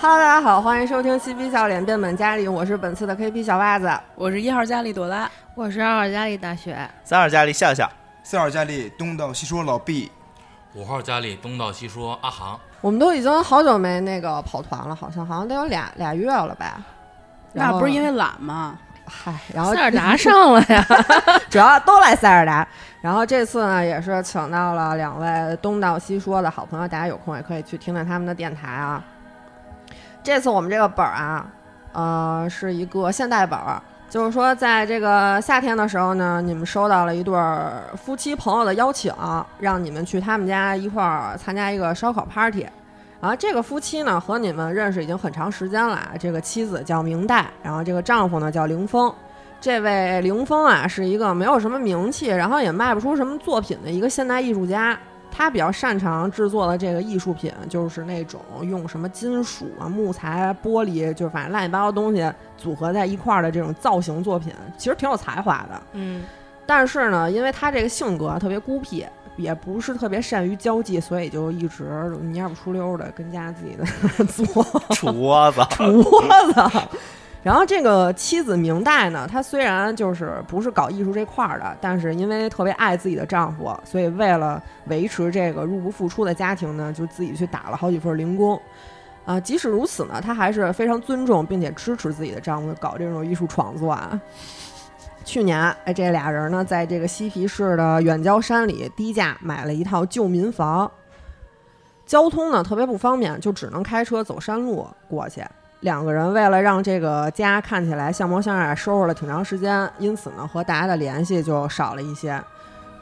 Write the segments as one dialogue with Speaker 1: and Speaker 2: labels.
Speaker 1: Hello，大家好，欢迎收听嬉皮笑脸变本加厉，我是本次的 KP 小袜子。
Speaker 2: 我是一号佳丽朵拉，
Speaker 3: 我是二加里大学，
Speaker 4: 三二佳里 笑笑，
Speaker 5: 塞尔加利东到西说老毕，
Speaker 6: 五号家里东到西说阿 航，
Speaker 1: 我们都已经好久没那个跑团了，好像好像得有俩俩月了吧。然
Speaker 2: 那
Speaker 1: 后
Speaker 2: 不是因为懒吗？
Speaker 1: 嗨，然后
Speaker 3: 塞尔达上了 呀，
Speaker 1: 主要都来塞尔达。然后这次呢，也是请到了两位东道西说的好朋友，大家有空也可以去听听他们的电台啊。这次我们这个本儿啊，呃，是一个现代本儿，就是说在这个夏天的时候呢，你们收到了一对儿夫妻朋友的邀请，让你们去他们家一块儿参加一个烧烤 party。然后这个夫妻呢和你们认识已经很长时间了，啊这个妻子叫明代，然后这个丈夫呢叫凌峰。这位凌峰啊，是一个没有什么名气，然后也卖不出什么作品的一个现代艺术家。他比较擅长制作的这个艺术品，就是那种用什么金属啊、木材、玻璃，就反正乱七八糟东西组合在一块儿的这种造型作品，其实挺有才华的。
Speaker 3: 嗯，
Speaker 1: 但是呢，因为他这个性格特别孤僻，也不是特别善于交际，所以就一直蔫不出溜的跟家自己的 做。
Speaker 4: 杵窝子，
Speaker 1: 窝子。然后这个妻子明代呢，她虽然就是不是搞艺术这块儿的，但是因为特别爱自己的丈夫，所以为了维持这个入不敷出的家庭呢，就自己去打了好几份零工。啊，即使如此呢，她还是非常尊重并且支持自己的丈夫搞这种艺术创作啊。 去年，哎，这俩人呢，在这个西皮市的远郊山里低价买了一套旧民房，交通呢特别不方便，就只能开车走山路过去。两个人为了让这个家看起来像模像样，收拾了挺长时间，因此呢，和大家的联系就少了一些。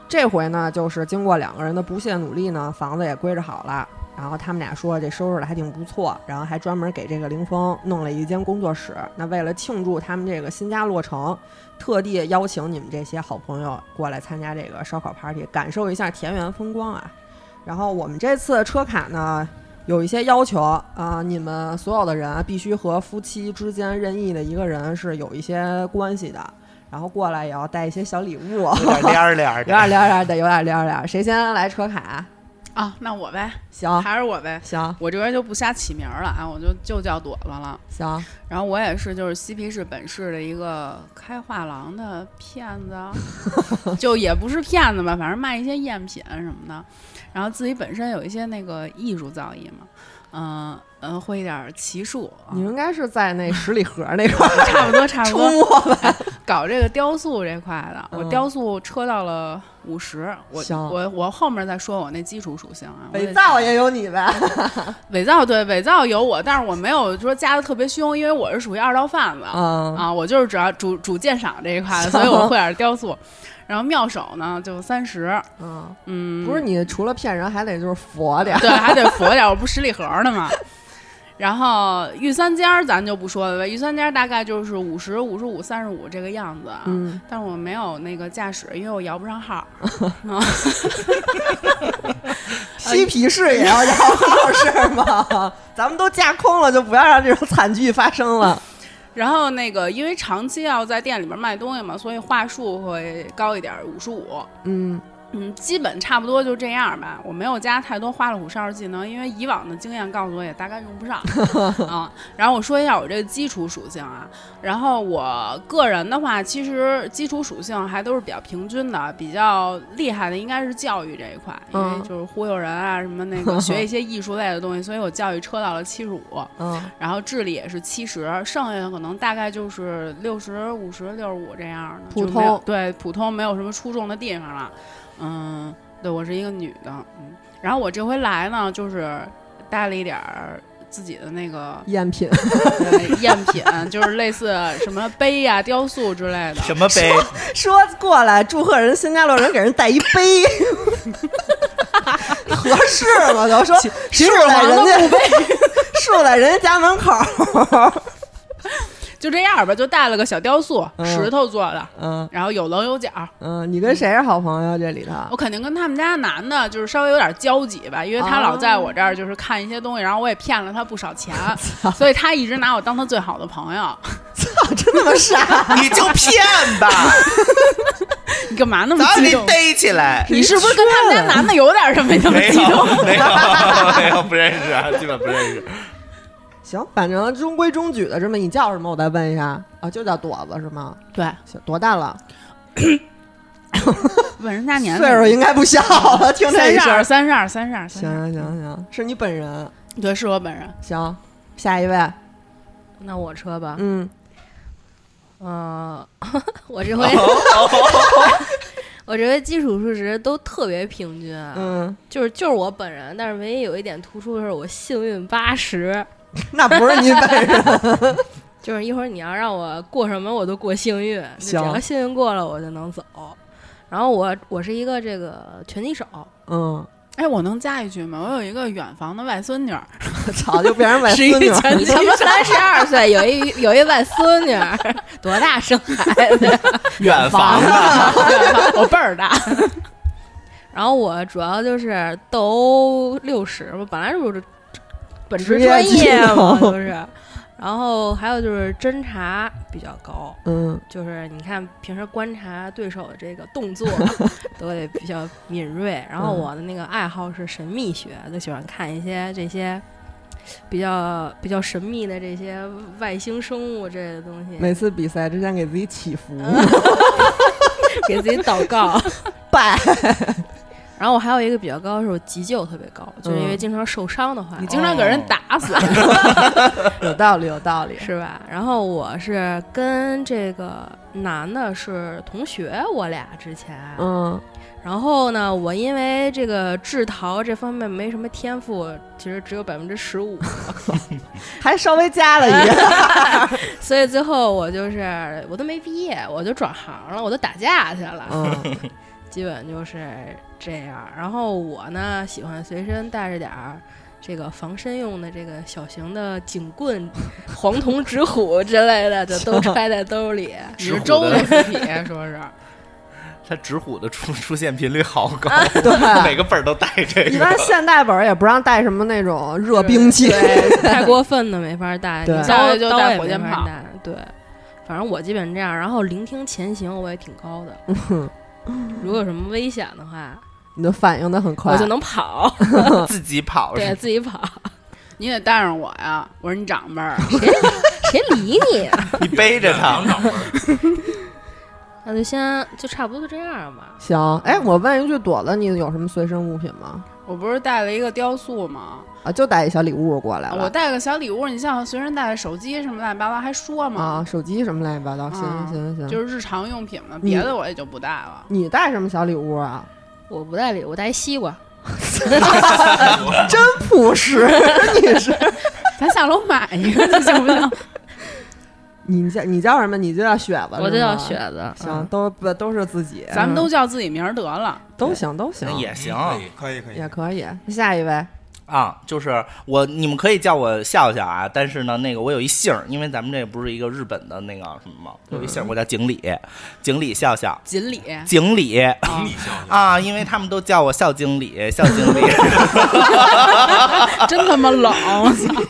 Speaker 1: 这回呢，就是经过两个人的不懈努力呢，房子也归置好了。然后他们俩说这收拾的还挺不错，然后还专门给这个林峰弄了一间工作室。那为了庆祝他们这个新家落成，特地邀请你们这些好朋友过来参加这个烧烤 party，感受一下田园风光啊。然后我们这次车卡呢，有一些要求啊、你们所有的人啊必须和夫妻之间任意的一个人是有一些关系的，然后过来也要带一些小礼物，有
Speaker 4: 有点蔫儿蔫儿
Speaker 1: 点聊
Speaker 4: 的。
Speaker 1: 聊的，有点聊聊。谁先来车卡？
Speaker 2: 啊，那我呗，
Speaker 1: 行
Speaker 2: 还是我呗。
Speaker 1: 行
Speaker 2: 我这边就不瞎起名儿了啊，我就就叫朵朵了。
Speaker 1: 行，
Speaker 2: 然后我也是，就是西皮市本市的一个开画廊的骗 子，啊就也不是骗子吧，反正卖一些赝品什么的。然后自己本身有一些那个艺术造诣嘛，嗯、嗯、会一点儿骑术，啊
Speaker 1: 你应该是在那十里河那块 儿
Speaker 2: 差不多差不
Speaker 1: 出
Speaker 2: 多。
Speaker 1: 没吧？
Speaker 2: 搞这个雕塑这块的，我
Speaker 1: 嗯
Speaker 2: 雕塑车到了五十，我
Speaker 1: 行
Speaker 2: 我我后面再说我那基础属性啊。我得
Speaker 1: 北造也有你呗？
Speaker 2: 伪造对伪造有我，但是我没有说加的特别凶，因为我是属于二道贩子、
Speaker 1: 嗯
Speaker 2: 啊，我就是主要主主鉴赏这一块的，所以我会点儿雕塑。然后妙手呢就三十，
Speaker 1: 嗯，
Speaker 2: 嗯，
Speaker 1: 不是你除了骗人，还得就是佛点儿。
Speaker 2: 对，还得佛点儿，我不十里河的嘛。然后御三家儿咱就不说了吧，御三家儿大概就是五十五十五、三十五这个样子啊。
Speaker 1: 嗯，
Speaker 2: 但是我没有那个驾驶，因为我摇不上号。
Speaker 1: 嬉皮士也要摇号是吗？ 咱们都架空了，就不要让这种惨剧发生了。
Speaker 2: 然后那个，因为长期要在店里边卖东西嘛，所以话术会高一点，五十五。
Speaker 1: 嗯，
Speaker 2: 嗯，基本差不多就这样吧。我没有加太多花里胡哨的技能，因为以往的经验告诉我也大概用不上啊。然后我说一下我这个基础属性啊。然后我个人的话，其实基础属性还都是比较平均的，比较厉害的应该是教育这一块，因为
Speaker 1: 嗯
Speaker 2: 就是忽悠人啊，什么那个学一些艺术类的东西，所以我教育车到了七十五。
Speaker 1: 嗯，
Speaker 2: 然后智力也是七十，剩下的可能大概就是六十五十、六十五这样的，
Speaker 1: 普
Speaker 2: 就没有
Speaker 1: 通
Speaker 2: 对普通没有什么出众的地方了。嗯，对我是一个女的，嗯，然后我这回来呢，就是带了一点儿自己的那个
Speaker 1: 赝品。
Speaker 2: 呃赝品，就是类似什么碑呀、雕塑之类的。
Speaker 4: 什么杯？
Speaker 1: 说过来祝贺人新家落人，给人带一杯，合适吗？都说是在人家 是在人家家门口儿。
Speaker 2: 就这样吧，就带了个小雕塑，
Speaker 1: 嗯
Speaker 2: 石头做的，
Speaker 1: 嗯
Speaker 2: 然后有棱有角，
Speaker 1: 嗯，你跟谁是好朋友？这里头
Speaker 2: 我肯定跟他们家男的，就是稍微有点交集吧，因为他老在我这儿就是看一些东西，然后我也骗了他不少钱，所以他一直拿我当他最好的朋友。
Speaker 1: 真他妈傻！
Speaker 4: 你就骗 吧，
Speaker 2: 你干嘛那么
Speaker 4: 咱
Speaker 2: 激
Speaker 4: 得
Speaker 2: 动？
Speaker 4: 逮起来。
Speaker 2: 你是不是跟他们
Speaker 1: 啊
Speaker 2: 家男的有点什么？你那么
Speaker 4: 没
Speaker 2: 激动？
Speaker 4: 啊有，没有，没有，不认识，基本不认识。
Speaker 1: 行，反正中规中矩的这么，你叫什么？我再问一下啊，就叫朵子是吗？
Speaker 2: 对，
Speaker 1: 行，多大了？
Speaker 2: 问人家年
Speaker 1: 岁数应该不小了，听这
Speaker 2: 三
Speaker 1: 一
Speaker 2: 十
Speaker 1: 声
Speaker 2: 二，。三十二，三十二，
Speaker 1: 行行行行，是你本人。
Speaker 2: 对，是我本人。
Speaker 1: 行，下一位，
Speaker 3: 那我车吧，
Speaker 1: 嗯，
Speaker 3: 嗯， 我这回
Speaker 4: 哦
Speaker 3: 我这回基础数值都特别平均啊，
Speaker 1: 嗯，
Speaker 3: 就是就是我本人，但是唯一有一点突出的是我幸运八十，
Speaker 1: 那不是你本人。
Speaker 3: 就是一会儿你要让我过什么我都过幸运，就只
Speaker 1: 行
Speaker 3: 要幸运过了我就能走。然后我我是一个这个拳击手，
Speaker 1: 嗯，
Speaker 2: 哎，我能加一句吗？我有一个远房的外孙女儿，
Speaker 1: 早就变成外孙女了。
Speaker 3: 咱们三十二岁，有 一有一外孙女儿，多大生孩子？
Speaker 4: 远房的，
Speaker 2: 我辈儿大。
Speaker 3: 然后我主要就是斗殴六十嘛，本来是我的本
Speaker 1: 职
Speaker 3: 职
Speaker 1: 业
Speaker 3: 专
Speaker 1: 技
Speaker 3: 业嘛，
Speaker 1: 能
Speaker 3: 就是。然后还有就是侦查比较高，
Speaker 1: 嗯，
Speaker 3: 就是你看平时观察对手的这个动作都得比较敏锐。然后
Speaker 1: 嗯
Speaker 3: 我的那个爱好是神秘学，就喜欢看一些这些比较比较神秘的这些外星生物之类的东西，
Speaker 1: 每次比赛之前给自己祈福，
Speaker 3: 给自己祷 告。
Speaker 1: 拜。
Speaker 3: 然后我还有一个比较高的是我急救特别高，就是因为经常受伤的话，
Speaker 2: 你经常给
Speaker 1: 哦
Speaker 2: 人打死，
Speaker 1: 有道理，有道理。
Speaker 3: 是吧？然后我是跟这个男的是同学，我俩之前，
Speaker 1: 嗯
Speaker 3: 然后呢，我因为这个制陶这方面没什么天赋，其实只有百分之十五，
Speaker 1: 还稍微加了一个，
Speaker 3: 所以最后我就是我都没毕业，我就转行了，我都打架去了，
Speaker 1: 嗯
Speaker 3: 基本就是这样。然后我呢，喜欢随身带着点儿。这个防身用的这个小型的警 棍、黄铜纸虎之类的，就都揣在兜里。
Speaker 2: 你是周的附体，啊说 是。
Speaker 4: 他纸虎的出出现频率好高，
Speaker 2: 啊
Speaker 4: 每
Speaker 1: 对。
Speaker 4: 个本儿都带这
Speaker 1: 一
Speaker 4: 个。
Speaker 1: 般现代本儿也不让带什么那种热兵器，
Speaker 3: 对，太过分的没法 带，
Speaker 1: 对
Speaker 3: 你
Speaker 2: 下
Speaker 3: 刀
Speaker 2: 回就
Speaker 3: 刀
Speaker 2: 带
Speaker 3: 也
Speaker 2: 火
Speaker 3: 没
Speaker 2: 箭
Speaker 3: 法
Speaker 2: 炮
Speaker 3: 带，对，反正我基本这样。然后聆听前行，我也挺高的，如果有什么危险的话，
Speaker 1: 你就反应的很快
Speaker 3: 我就。能跑，
Speaker 4: 自己跑
Speaker 3: 对
Speaker 4: 是
Speaker 3: 自己跑，
Speaker 2: 你得带上我呀！我是你长辈儿，
Speaker 3: 谁理你？
Speaker 4: 你背着他
Speaker 6: 两，掌门
Speaker 3: 那就先就差不多就这样吧。
Speaker 1: 行，哎，我问一句，朵子，你有什么随身物品吗？
Speaker 2: 我不是带了一个雕塑吗？
Speaker 1: 啊，就带一小礼物过来
Speaker 2: 我
Speaker 1: 了。
Speaker 2: 带个小礼物，你像随身带个手机什么乱七八糟，还说
Speaker 1: 啊，
Speaker 2: 吗？
Speaker 1: 手机什么乱七八糟，行
Speaker 2: 啊
Speaker 1: 行行行。
Speaker 2: 就是日常用品嘛，
Speaker 1: 你
Speaker 2: 别的我也就不带了。
Speaker 1: 你带什么小礼物啊？
Speaker 3: 我不带礼，我带西瓜，
Speaker 1: 真朴实，你是
Speaker 2: 咱下楼买一个就行不
Speaker 1: 嗯
Speaker 2: 行？
Speaker 1: 你叫你叫什么？你就叫雪子，
Speaker 3: 我就是叫
Speaker 1: 吗
Speaker 3: 雪。嗯子。
Speaker 1: 行，都不都是自己，
Speaker 2: 咱们都
Speaker 1: 嗯
Speaker 2: 叫自己名儿得了。
Speaker 1: 都行都行
Speaker 2: 嗯
Speaker 4: 那，也行
Speaker 6: 可以
Speaker 5: 可以可以
Speaker 1: 也，可以。下一位，
Speaker 4: 啊。就是我，你们可以叫我笑笑啊，但是呢，那个我有一姓儿，因为咱们这不是一个日本的那个什么吗？我有一
Speaker 2: 嗯
Speaker 4: 姓儿，我叫锦鲤，锦鲤笑笑，
Speaker 2: 锦鲤，
Speaker 4: 锦鲤。
Speaker 6: 你笑笑，
Speaker 4: 啊，因为他们都叫我笑 经理，笑经理。
Speaker 2: 啊真他妈冷！我操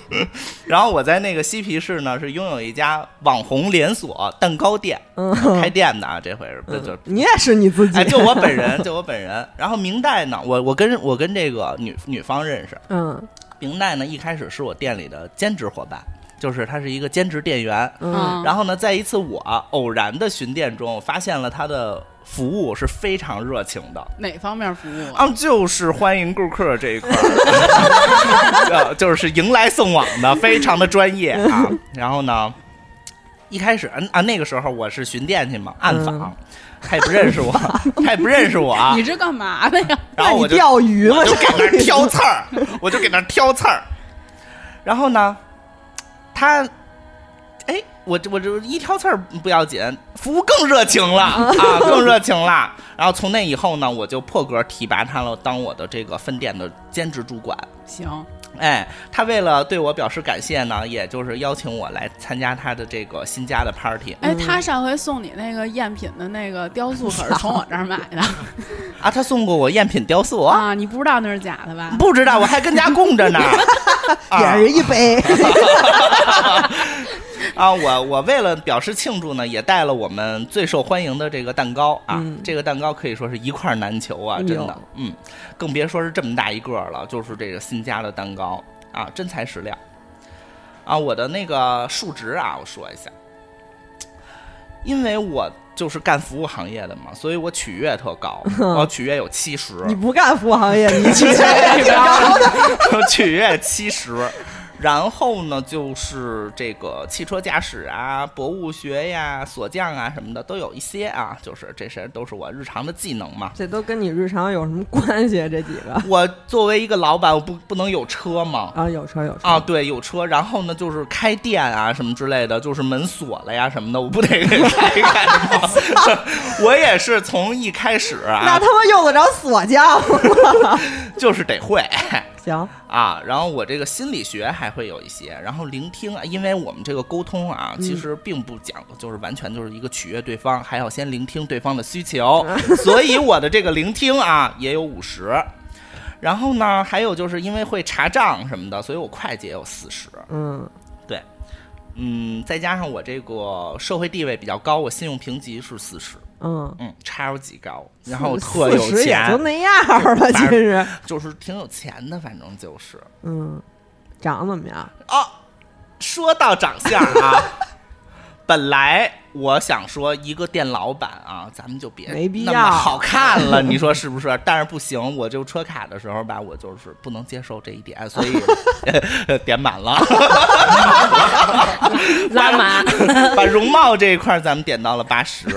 Speaker 4: 然后我在那个西皮市呢，是拥有一家网红连锁蛋糕店，
Speaker 1: 嗯，
Speaker 4: 开店的啊，这回是不就
Speaker 1: 你也是你自己
Speaker 4: 哎，，就 我本人，就我本人。然后明代呢，我我跟我跟这个女女方认识，
Speaker 1: 嗯
Speaker 4: 明代呢一开始是我店里的兼职伙伴，就是他是一个兼职店员。
Speaker 1: 嗯，
Speaker 2: 啊
Speaker 4: 然后呢，在一次我偶然的巡店中，发现了他的服务是非常热情的，
Speaker 2: 哪方面服务？
Speaker 4: 啊，就是欢迎顾客这一块儿， 呃就是迎来送往的，非常的专业啊。然后呢，一开始嗯啊，那个时候我是巡店去嘛，暗访，
Speaker 1: 嗯
Speaker 4: 他也不认识我，他也不认识我，啊
Speaker 2: 你这干嘛的呀？
Speaker 4: 然
Speaker 1: 那
Speaker 4: 后我
Speaker 1: 你
Speaker 4: 就
Speaker 1: 钓鱼吗？
Speaker 4: 我就给那儿挑刺儿，我就给那儿挑刺儿。然后呢，他，哎，我这我这一挑刺儿不要紧，服务更热情了啊，更热情了。然后从那以后呢，我就破格提拔他了，当我的这个分店的兼职主管。
Speaker 2: 行，
Speaker 4: 哎，他为了对我表示感谢呢，也就是邀请我来参加他的这个新家的 party
Speaker 2: 哎，
Speaker 1: 嗯
Speaker 2: 他上回送你那个赝品的那个雕塑，可是从我这儿买的
Speaker 4: 啊，他送过我赝品雕塑，哦
Speaker 2: 啊！你不知道那是假的吧？
Speaker 4: 不知道我还跟家供着呢，啊
Speaker 1: 也是一杯，
Speaker 4: 啊，我我为了表示庆祝呢，也带了我们最受欢迎的这个蛋糕啊，
Speaker 1: 嗯
Speaker 4: 这个蛋糕可以说是一块难求啊，
Speaker 1: 哎呦
Speaker 4: 真的，嗯，更别说是这么大一个了，就是这个新加的蛋糕啊，真材实料。啊，我的那个数值啊，我说一下，因为我就是干服务行业的嘛，所以我取悦特高，我取悦有七十，
Speaker 1: 你不干服务行业，你去
Speaker 4: 取悦七十。然后呢，就是这个汽车驾驶啊、博物学呀、锁匠啊什么的都有一些啊，就是这些都是我日常的技能嘛。
Speaker 1: 这都跟你日常有什么关系？啊这几个
Speaker 4: 我作为一个老板，我不不能有车吗？
Speaker 1: 啊，有车有车
Speaker 4: 啊，，对，有车，然后呢，就是开店啊什么之类的，就是门锁了呀什么的，我不得给开开吗？我也是从一开始
Speaker 1: 那
Speaker 4: 啊，
Speaker 1: 他妈用得着锁匠 吗？
Speaker 4: 就是得会。
Speaker 1: 行，
Speaker 4: 啊，然后我这个心理学还会有一些，然后聆听，啊因为我们这个沟通啊，
Speaker 1: 嗯
Speaker 4: 其实并不讲就是完全就是一个取悦对方，还要先聆听对方的需求，
Speaker 1: 嗯
Speaker 4: 所以我的这个聆听啊也有五十。然后呢，还有就是因为会查账什么的，所以我会计也有四十。
Speaker 1: 嗯，
Speaker 4: 嗯，再加上我这个社会地位比较高，我信用评级是四十，
Speaker 1: 嗯，
Speaker 4: 嗯，超级高，然后
Speaker 1: 四
Speaker 4: 特有
Speaker 1: 四十也就
Speaker 4: 钱，
Speaker 1: 那样儿吧，其实，
Speaker 4: 就是挺有钱的，反正就是。
Speaker 1: 嗯，长得怎么样？
Speaker 4: 哦，说到长相 啊，本来我想说一个店老板啊，咱们就别
Speaker 1: 没必
Speaker 4: 那
Speaker 1: 要，
Speaker 4: 么好看了，你说是不是？但是不行，我就车卡的时候吧，我就是不能接受这一点，所以呃点满了，
Speaker 3: 拉满。
Speaker 4: 把容貌这一块儿咱们点到了八十。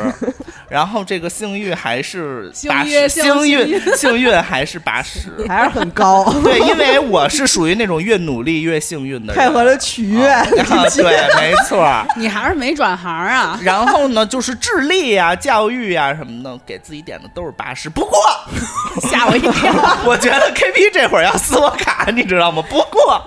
Speaker 4: 然后这个性欲还是
Speaker 2: 性
Speaker 4: 八
Speaker 2: 欲
Speaker 4: 十，
Speaker 2: 性
Speaker 4: 性欲
Speaker 2: 欲
Speaker 4: 性欲还是八十
Speaker 1: 还是很高，
Speaker 4: 对，因为我是属于那种越努力越幸运的人，
Speaker 1: 配合了取悦，
Speaker 4: 啊对，没错儿。
Speaker 2: 你还是没转行啊？
Speaker 4: 然后呢，就是智力啊、教育啊什么的，给自己点的都是八十。不过吓我一跳，我觉得 KP 这会儿要撕我卡，你知道吗？不过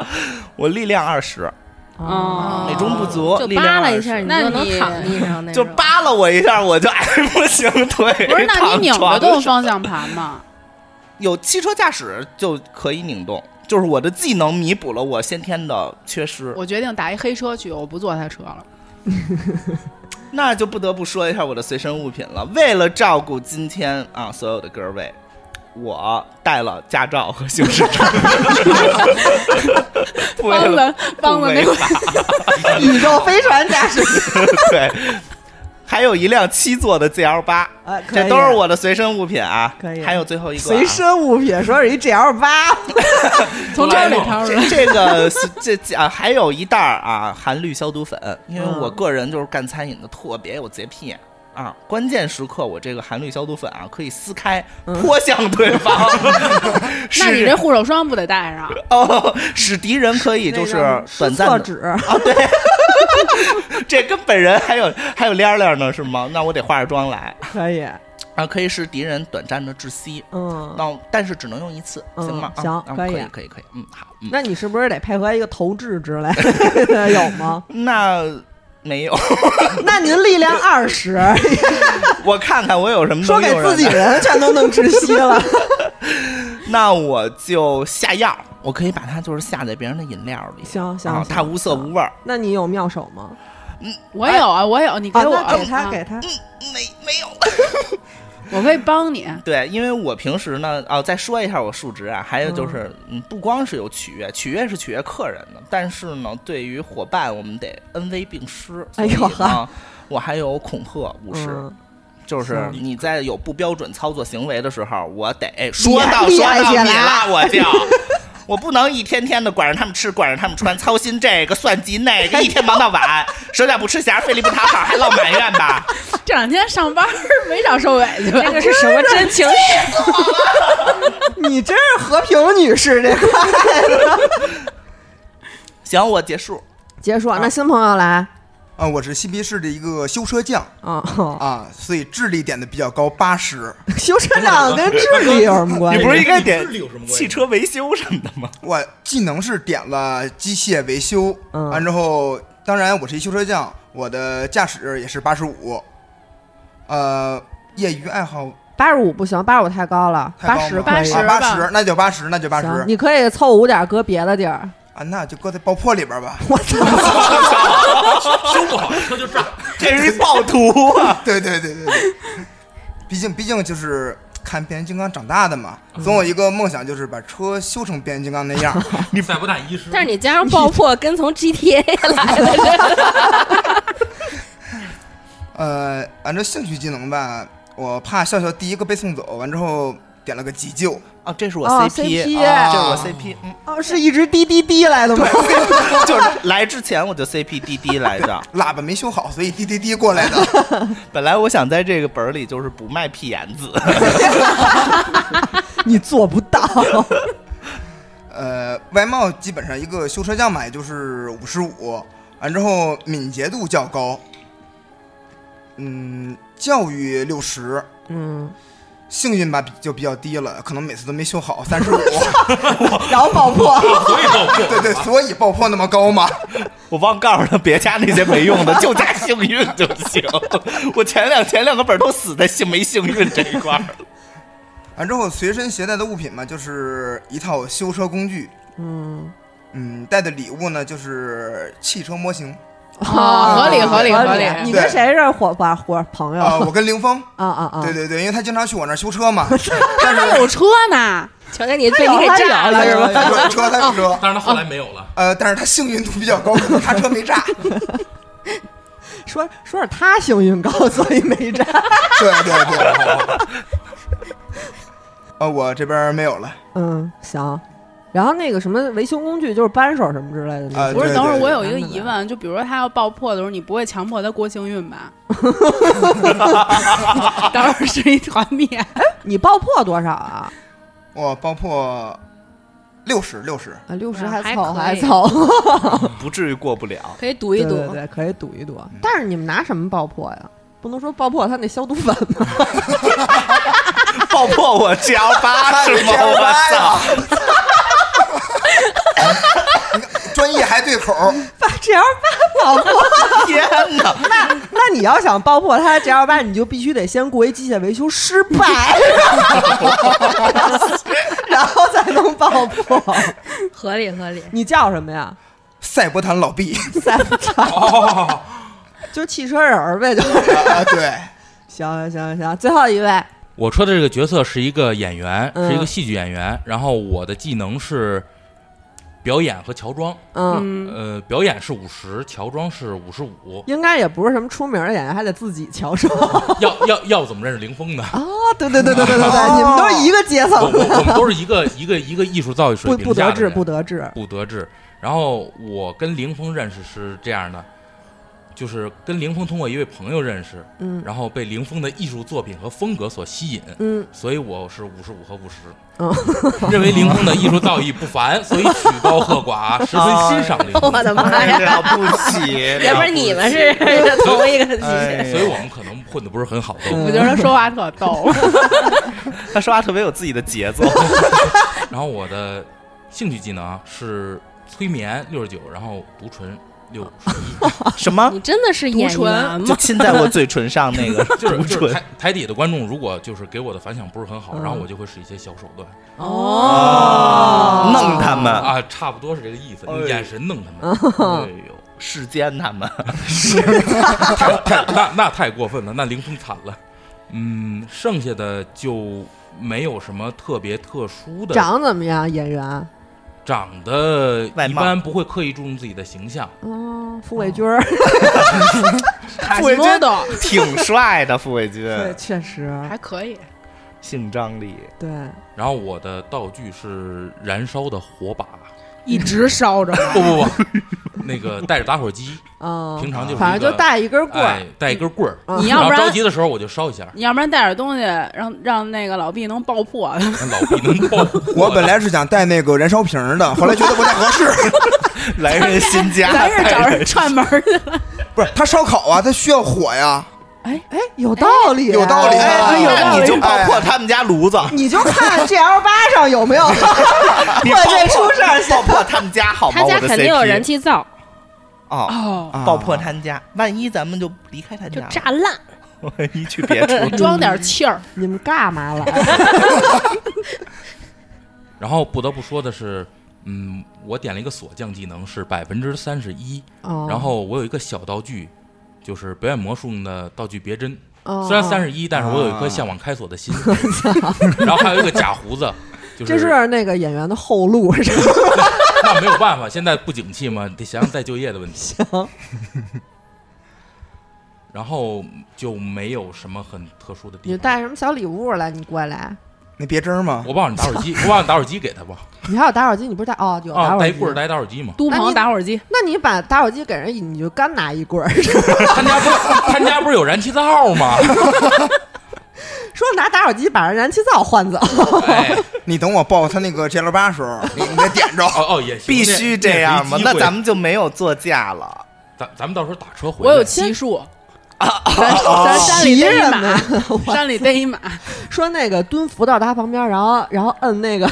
Speaker 4: 我力量二十，
Speaker 2: 哦
Speaker 4: 美中不足，
Speaker 3: 嗯就
Speaker 4: 力
Speaker 3: 扒
Speaker 4: 量
Speaker 3: 拉一
Speaker 4: 20
Speaker 3: 下，你
Speaker 2: 那
Speaker 3: 就能
Speaker 2: 你
Speaker 3: 躺地上那
Speaker 4: 就
Speaker 3: 种。
Speaker 4: 扒拉我一下，我就哎 不行腿。
Speaker 2: 不是，那你拧得
Speaker 4: 着
Speaker 2: 动方向盘吗？
Speaker 4: 有汽车驾驶就可以拧动，就是我的技能弥补了我先天的缺失。
Speaker 2: 我决定打一黑车去，我不坐他车了。
Speaker 4: 那就不得不说一下我的随身物品了。为了照顾今天啊所有的各位，我带了驾照和行驶 证。为
Speaker 2: 帮
Speaker 4: 了
Speaker 2: 了帮了
Speaker 4: 不
Speaker 2: 那
Speaker 4: 违
Speaker 2: 个
Speaker 4: 法，
Speaker 1: 宇宙飞船驾 驶，
Speaker 4: 对，还有一辆七座的 ZL 八，
Speaker 1: 啊，可
Speaker 4: 这
Speaker 1: 以
Speaker 4: 都是我的随身物品啊。
Speaker 1: 可以
Speaker 4: 还有最后一个啊、
Speaker 1: 随身物品，说是一 GL 八，
Speaker 2: 从这儿里掏出来。
Speaker 4: 这这个是这这啊，还有一袋儿啊，含氯消毒粉，因为
Speaker 1: 嗯
Speaker 4: 我个人就是干餐饮的，特别有洁癖啊。关键时刻，我这个含氯消毒粉啊，可以撕开
Speaker 1: 嗯
Speaker 4: 泼向对方，
Speaker 2: 那你
Speaker 4: 使
Speaker 2: 这护手霜不得带 上？
Speaker 4: 哦，使敌人可以就是短暂
Speaker 1: 厕
Speaker 4: 的。
Speaker 1: 纸，
Speaker 4: 这跟本人还有还有亮亮呢，是吗？那我得化着妆来
Speaker 1: 可以，
Speaker 4: 啊，可以使敌人短暂的窒息。
Speaker 1: 嗯，
Speaker 4: 那但是只能用一次，
Speaker 1: 嗯
Speaker 4: 行吗？啊
Speaker 1: 行
Speaker 4: 啊
Speaker 1: 可
Speaker 4: 可
Speaker 1: 以
Speaker 4: 可以，可以，嗯，好，嗯，
Speaker 1: 那你是不是得配合一个投掷之类的， 有吗？
Speaker 4: 那没有，
Speaker 1: 那您力量二 十，
Speaker 4: 我看看我有什么
Speaker 1: 说
Speaker 4: 能
Speaker 1: 给
Speaker 4: 用
Speaker 1: 自己
Speaker 4: 上的
Speaker 1: 人全都弄窒息了。
Speaker 4: 那我就下药，我可以把它就是下在别人的饮料 里，
Speaker 1: 行行
Speaker 4: 啊，
Speaker 1: 行
Speaker 4: 它无色
Speaker 1: 行
Speaker 4: 无味儿，
Speaker 1: 那你有妙手吗？
Speaker 2: 我有啊，我有，你给
Speaker 1: 啊，
Speaker 2: 我
Speaker 1: 那给他
Speaker 2: 啊
Speaker 1: 给他，
Speaker 4: 嗯没没有。
Speaker 2: 我可以帮你。
Speaker 4: 对，因为我平时呢，哦，再说一下我数值啊，还有就是，嗯，不光是有取悦，取悦是取悦客人的，但是呢，对于伙伴，我们得恩威并施。
Speaker 1: 哎呦
Speaker 4: 所以呢
Speaker 1: 呵
Speaker 4: 我还有恐吓五十，
Speaker 1: 嗯，
Speaker 4: 就是
Speaker 1: 行
Speaker 4: 你在有不标准操作行为的时候，我得哎
Speaker 1: 厉
Speaker 4: 说
Speaker 1: 害
Speaker 4: 到
Speaker 1: 厉
Speaker 4: 说
Speaker 1: 害
Speaker 4: 到
Speaker 1: 起
Speaker 4: 你
Speaker 1: 来
Speaker 4: 了，我就。我不能一天天的管着他们吃，管着他们穿，操心这个算计那 个，一天忙到晚，手脚不吃闲，费力不讨好，还落埋怨 吧。
Speaker 2: 这两天上班儿没少受委屈吧？
Speaker 3: 这个是什么 真情？
Speaker 1: 你真是和平女士这块。
Speaker 4: 行，我结束。
Speaker 1: 结束，那新朋友来
Speaker 5: 啊，我是新皮市的一个修车匠
Speaker 1: 啊，哦
Speaker 5: 啊，所以智力点的比较高，八十。
Speaker 1: 修车匠跟智力有什么关
Speaker 4: 你
Speaker 1: 系？
Speaker 4: 不是应该点
Speaker 6: 智力有什么关系
Speaker 4: 汽 车维修什么的吗？
Speaker 5: 我技能是点了机械维修，
Speaker 1: 嗯
Speaker 5: 完之后，当然我是一修车匠，我的驾驶也是八十五。呃，业余爱好
Speaker 1: 八十五不行，八十五太高了，
Speaker 5: 太高
Speaker 1: 八
Speaker 5: 吗
Speaker 1: 十
Speaker 2: 八
Speaker 5: 啊
Speaker 1: 可以。
Speaker 2: 80
Speaker 5: 八
Speaker 2: 吧
Speaker 5: 十，那就八十，那就八十
Speaker 1: 行，你可以凑五点搁别的地儿。
Speaker 5: 啊，那就搁在爆破里边吧。
Speaker 1: 我操！
Speaker 6: 修不好车就炸，
Speaker 4: 这是一暴徒啊！
Speaker 5: 对对对对对，毕竟毕竟就是看变形金刚长大的嘛，
Speaker 1: 嗯
Speaker 5: 总有一个梦想就是把车修成变形金刚那样儿。
Speaker 6: 你再不大医师，
Speaker 3: 但是你加上爆 破，跟从 GTA 来的似 的，
Speaker 5: 呃，按照兴趣技能吧，我怕笑笑第一个被送走，完之后点了个急救，
Speaker 4: 哦，这是我
Speaker 1: 哦
Speaker 4: CP，
Speaker 1: CP
Speaker 3: 哎
Speaker 4: 这是我
Speaker 5: 啊
Speaker 4: CP，嗯，
Speaker 1: 哦，是一直滴滴滴来的吗？
Speaker 4: 对，就是来之前我就 CP 滴滴来着。
Speaker 5: 喇叭没修好，所以滴滴滴过来的。
Speaker 4: 本来我想在这个本儿里就是不卖屁眼子，
Speaker 1: 你做不 到。
Speaker 5: 呃，外貌基本上一个修车匠嘛，也就是五十五，完之后敏捷度较高，嗯，教育六十，
Speaker 1: 嗯，
Speaker 5: 幸运吧比就比较低了，可能每次都没修好，三十五。
Speaker 1: 然后爆破，
Speaker 6: 所以爆破。
Speaker 5: 对对，所以爆破那么高嘛。
Speaker 4: 我忘告诉他别加那些没用的，就加幸运就行。我前两前两个本儿都死在幸没幸运这一块儿。
Speaker 5: 完之后随身携带的物品嘛，就是一套修车工具。
Speaker 1: 嗯，
Speaker 5: 嗯，带的礼物呢就是汽车模型。
Speaker 1: 啊
Speaker 2: 哦
Speaker 5: 合理合理
Speaker 2: 合理
Speaker 1: 你跟谁是伙伴伙朋友？
Speaker 5: 啊、我跟林峰，
Speaker 1: 啊啊啊！
Speaker 5: 对对对，因为他经常去我那儿修车嘛。但
Speaker 2: 他
Speaker 5: 是
Speaker 2: 有车呢，
Speaker 3: 瞧瞧你被你给
Speaker 1: 他有
Speaker 3: 炸
Speaker 1: 他
Speaker 3: 了
Speaker 5: 他
Speaker 3: 是
Speaker 5: 有
Speaker 3: 吧？
Speaker 5: 他有 车，他有车。
Speaker 6: 但是他后来没有了，
Speaker 5: 呃，但是他幸运度比较高，可能他车没炸。
Speaker 1: 说说是他幸运高， 所以没占。
Speaker 5: 对对对。呃，我这边没有了。
Speaker 1: 嗯，行。然后那个什么维修工具，就是扳手什么之类的那
Speaker 5: 啊
Speaker 1: 种。
Speaker 2: 不是？
Speaker 5: 对
Speaker 2: 等会儿
Speaker 5: 对
Speaker 2: 我
Speaker 5: 对
Speaker 2: 有一个疑问，就比如说他要爆破的时候，你不会强迫他过幸运 吧？当时是一团灭，
Speaker 1: 你爆破多少啊？
Speaker 5: 我爆破六十六十，
Speaker 1: 啊，六十
Speaker 3: 啊还
Speaker 1: 凑
Speaker 3: 可
Speaker 1: 还
Speaker 3: 以
Speaker 1: 凑，
Speaker 4: 不至于过不了。
Speaker 3: 可以赌一
Speaker 1: 对对
Speaker 3: 赌，
Speaker 1: 对，可以赌一赌。但是你们拿什么爆破呀？不能说爆破它那消毒粉吧？
Speaker 4: 爆破我只要八十吗？我 操！
Speaker 5: 专业还对口儿。
Speaker 1: 把 G L 八爆破。
Speaker 4: 天哪！
Speaker 1: 那你要想爆破它 G L 八，你就必须得先过一机械维修失败，然后才能爆破。
Speaker 3: 合理合理。
Speaker 1: 你叫什么呀？
Speaker 5: 赛博坦老毕
Speaker 1: 三场
Speaker 6: 哦，
Speaker 1: 就是汽车人儿呗，就是。
Speaker 5: 啊，对，
Speaker 1: 行行行行，最后一位，
Speaker 7: 我说的这个角色是一个演员，
Speaker 1: 嗯
Speaker 7: 是一个戏剧演员。然后我的技能是表演和乔装，
Speaker 1: 嗯，。
Speaker 2: 嗯，
Speaker 7: 呃，表演是五十，乔装是五十五
Speaker 1: 应该也不是什么出名的演员，还得自己乔装。
Speaker 7: 要要要怎么认识凌峰呢？
Speaker 1: 哦，对对对对对对对，你们都是一个阶
Speaker 7: 我
Speaker 1: 层的，
Speaker 7: 我我们都是一个一个一个艺术造诣水
Speaker 1: 不
Speaker 7: 平
Speaker 1: 不
Speaker 7: 下
Speaker 1: 得
Speaker 7: 的
Speaker 1: 志，
Speaker 7: 人
Speaker 1: 不得志。
Speaker 7: 不得志。然后我跟凌峰认识是这样的，就是跟凌峰通过一位朋友认识，
Speaker 1: 嗯
Speaker 7: 然后被凌峰的艺术作品和风格所吸引，
Speaker 1: 嗯，
Speaker 7: 所以我是五十五和五十
Speaker 1: 哦，
Speaker 7: 认为凌峰的艺术造�诣 不凡，所以曲高和寡，十分
Speaker 1: 哦
Speaker 7: 欣赏凌
Speaker 3: 我
Speaker 7: 峰。
Speaker 3: 的妈哎呀！
Speaker 4: 哎了不起！
Speaker 3: 要不是你们是 同一个体
Speaker 4: 哎
Speaker 3: 系，
Speaker 7: 所以我们可能混的不是很好 都。
Speaker 2: 我觉得他说话特 逗，
Speaker 4: 他说话特别有自己的节奏。
Speaker 7: 然后我的兴趣技能啊是催眠六十九，然后毒唇六十 一，
Speaker 4: 什么？
Speaker 3: 你真的是演员
Speaker 4: 就
Speaker 3: 吗？
Speaker 4: 亲在我嘴唇上那个
Speaker 7: 就是
Speaker 4: 毒
Speaker 7: 就是
Speaker 4: 唇
Speaker 7: 台台底的观众如果就是给我的反响不是很好，
Speaker 1: 嗯
Speaker 7: 然后我就会使一些小手段
Speaker 1: 哦
Speaker 4: 弄他们，
Speaker 7: 啊，差不多是这个意思，
Speaker 4: 哎
Speaker 7: 用眼神弄 他们。哎呦，
Speaker 4: 世间他们。
Speaker 7: 太太那那太过分了，那凌风惨了。嗯，剩下的就没有什么特别特殊的，
Speaker 1: 长怎么样？演员？
Speaker 7: 长得
Speaker 4: 外
Speaker 7: 一
Speaker 4: 貌
Speaker 7: 般不会刻意注重自己的形象，
Speaker 1: 哦，傅卫军儿，
Speaker 2: 卡西莫多
Speaker 4: 挺帅的，傅卫军，
Speaker 1: 对，确实，
Speaker 2: 还可以，
Speaker 4: 性张力。
Speaker 1: 对，
Speaker 7: 然后我的道具是燃烧的火 把，
Speaker 2: 一直烧着。
Speaker 7: 不不不，那个带着打火机，
Speaker 1: 嗯，
Speaker 7: 平常就是
Speaker 1: 反正就
Speaker 7: 带
Speaker 1: 带一根棍儿
Speaker 7: 哎，带一根棍儿，
Speaker 1: 嗯
Speaker 2: 你
Speaker 7: 然
Speaker 2: 要
Speaker 7: 后
Speaker 2: 不
Speaker 7: 着
Speaker 2: 然
Speaker 7: 急的时候我就烧一下，
Speaker 2: 你要不然带点东西，让让那个老毕能爆破。
Speaker 7: 那老毕能爆火的。
Speaker 5: 我本来是想带那个燃烧瓶儿的，后来觉得不太合适。
Speaker 4: 来人新家，
Speaker 2: 咱是找哎人串门儿去了。
Speaker 5: 不是，他烧烤啊，他需要火呀。
Speaker 1: 哎， 有道理，
Speaker 5: 有道理
Speaker 1: 哎
Speaker 5: 啊
Speaker 1: 哎有道
Speaker 4: 那
Speaker 1: 理。哎
Speaker 4: 你就爆破他们家炉子，
Speaker 1: 你就看 G L 八上有没有
Speaker 4: 你
Speaker 1: 会
Speaker 4: 爆
Speaker 1: 不会
Speaker 4: 破
Speaker 1: 出事儿？
Speaker 4: 爆破他们家好吗？
Speaker 3: 他家
Speaker 4: 我的
Speaker 3: 肯定有
Speaker 4: CP
Speaker 3: 燃气灶，
Speaker 4: 哦，
Speaker 2: 哦，
Speaker 5: 啊
Speaker 4: 爆破他们家，万一咱们就离开他
Speaker 3: 就
Speaker 4: 家了，
Speaker 3: 炸烂。
Speaker 4: 万一去别处，
Speaker 2: 装点气儿，
Speaker 1: 你们干嘛来？
Speaker 7: 然后不得不说的是，嗯，我点了一个锁降技能是百分之三十一，
Speaker 1: 哦
Speaker 7: 然后我有一个小道具，就是表演魔术用的道具别针，
Speaker 1: 哦啊
Speaker 7: 虽然三十一，但是我有一颗向往开锁的心。 然后还有一个假胡子，就
Speaker 1: 这是那个演员的后路，是吧？
Speaker 7: 那没有办法，现在不景气嘛，得想想再就业 的问题。 然后就没有什么很特殊的 地
Speaker 1: 你
Speaker 7: 方。
Speaker 1: 带什么小礼物来？你过来，
Speaker 5: 那别针儿吗？
Speaker 7: 我忘了打火 机，我忘了打火机给他吧。
Speaker 1: 你还有打火机，你不是带哦？有打
Speaker 7: 啊，带
Speaker 1: 火
Speaker 7: 一
Speaker 1: 机
Speaker 7: 棍儿，。带一打火机嘛。
Speaker 2: 都
Speaker 1: 那
Speaker 2: 鹏
Speaker 1: 你
Speaker 2: 打火机，
Speaker 1: 那你把打火机给人，你就干拿一棍儿， 说
Speaker 7: 他家不是他家不是有燃气灶吗？
Speaker 1: 拿打火机把人燃气灶换走。
Speaker 7: 哎，
Speaker 5: 你等我报他那个 J 六八时候，你你得点着。
Speaker 7: 哦哦也行，
Speaker 4: 必须这样嘛
Speaker 7: 嘛。？
Speaker 4: 那咱们就没有座驾了。
Speaker 7: 咱咱们到时候打车回
Speaker 2: 我
Speaker 7: 来。
Speaker 2: 有骑术，咱
Speaker 7: 哦
Speaker 2: 咱山里
Speaker 1: 骑
Speaker 2: 逮一
Speaker 1: 人
Speaker 2: 马
Speaker 1: 呢，
Speaker 2: 山里逮一马，
Speaker 1: 说那个蹲扶到他旁边，然后然后摁那个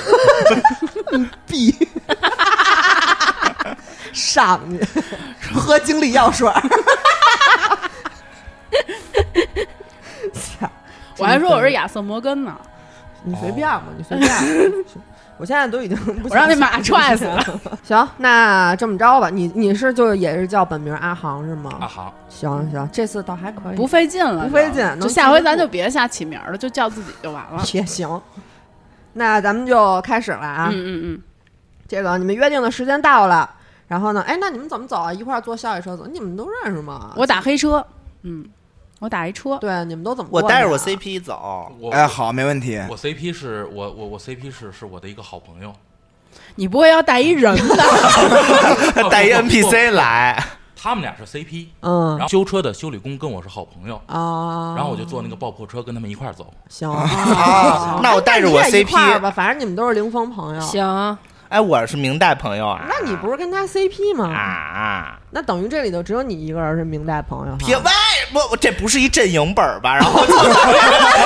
Speaker 1: 摁 B，上去喝精力药水儿。操
Speaker 2: 我还说我是亚瑟摩根呢，
Speaker 1: 你随便吧，你随便吧。 我现在都已经不
Speaker 2: 我让那
Speaker 1: 想
Speaker 2: 马踹死了。
Speaker 1: 行，那这么着吧，你你是就也是叫本名阿航是吗？
Speaker 7: 啊好，
Speaker 1: 行行，这次倒还可以，
Speaker 2: 不费劲了，
Speaker 1: 哎不费劲能
Speaker 2: 就下回
Speaker 1: 记得
Speaker 2: 咱
Speaker 1: 住
Speaker 2: 就别瞎起名儿了，就叫自己就完
Speaker 4: 啊
Speaker 2: 了。
Speaker 1: 也行。那咱们就开始了啊，
Speaker 2: 嗯嗯
Speaker 1: 这个你们约定的时间到了，然后呢，哎，那你们怎么走啊？一块儿坐校园车走？你们都认识吗
Speaker 2: 嗯，？我打黑车，嗯，我打一车，
Speaker 1: 啊对，啊你们都怎么过
Speaker 4: 我
Speaker 1: 的呀？
Speaker 4: 带着我 CP 走，
Speaker 7: 我
Speaker 5: 哎，好，没问题。
Speaker 7: 我 CP 是我我我 CP 是是我的一个好朋友，
Speaker 2: 你不会要带一人吧？
Speaker 4: 带一
Speaker 7: 不不不
Speaker 4: NPC 来，
Speaker 7: 他们俩是 CP，
Speaker 1: 嗯
Speaker 7: 然后修车的修理工跟我是好朋
Speaker 2: 哦
Speaker 7: 友，
Speaker 1: 啊，
Speaker 7: 然后我就坐那个爆破车跟他们一块儿走。
Speaker 1: 行，哦
Speaker 4: 啊那我带着我
Speaker 1: 那你也一
Speaker 4: CP
Speaker 1: 块儿吧，反正你们都是零封朋友。
Speaker 3: 行，
Speaker 4: 哎，我是明代朋友啊。
Speaker 1: 那你不是跟他 CP 吗？
Speaker 4: 啊？嗯
Speaker 1: 那等于这里头只有你一个人是明代朋友哈。
Speaker 4: 别喂，我我这不是一阵营本儿吧？然后就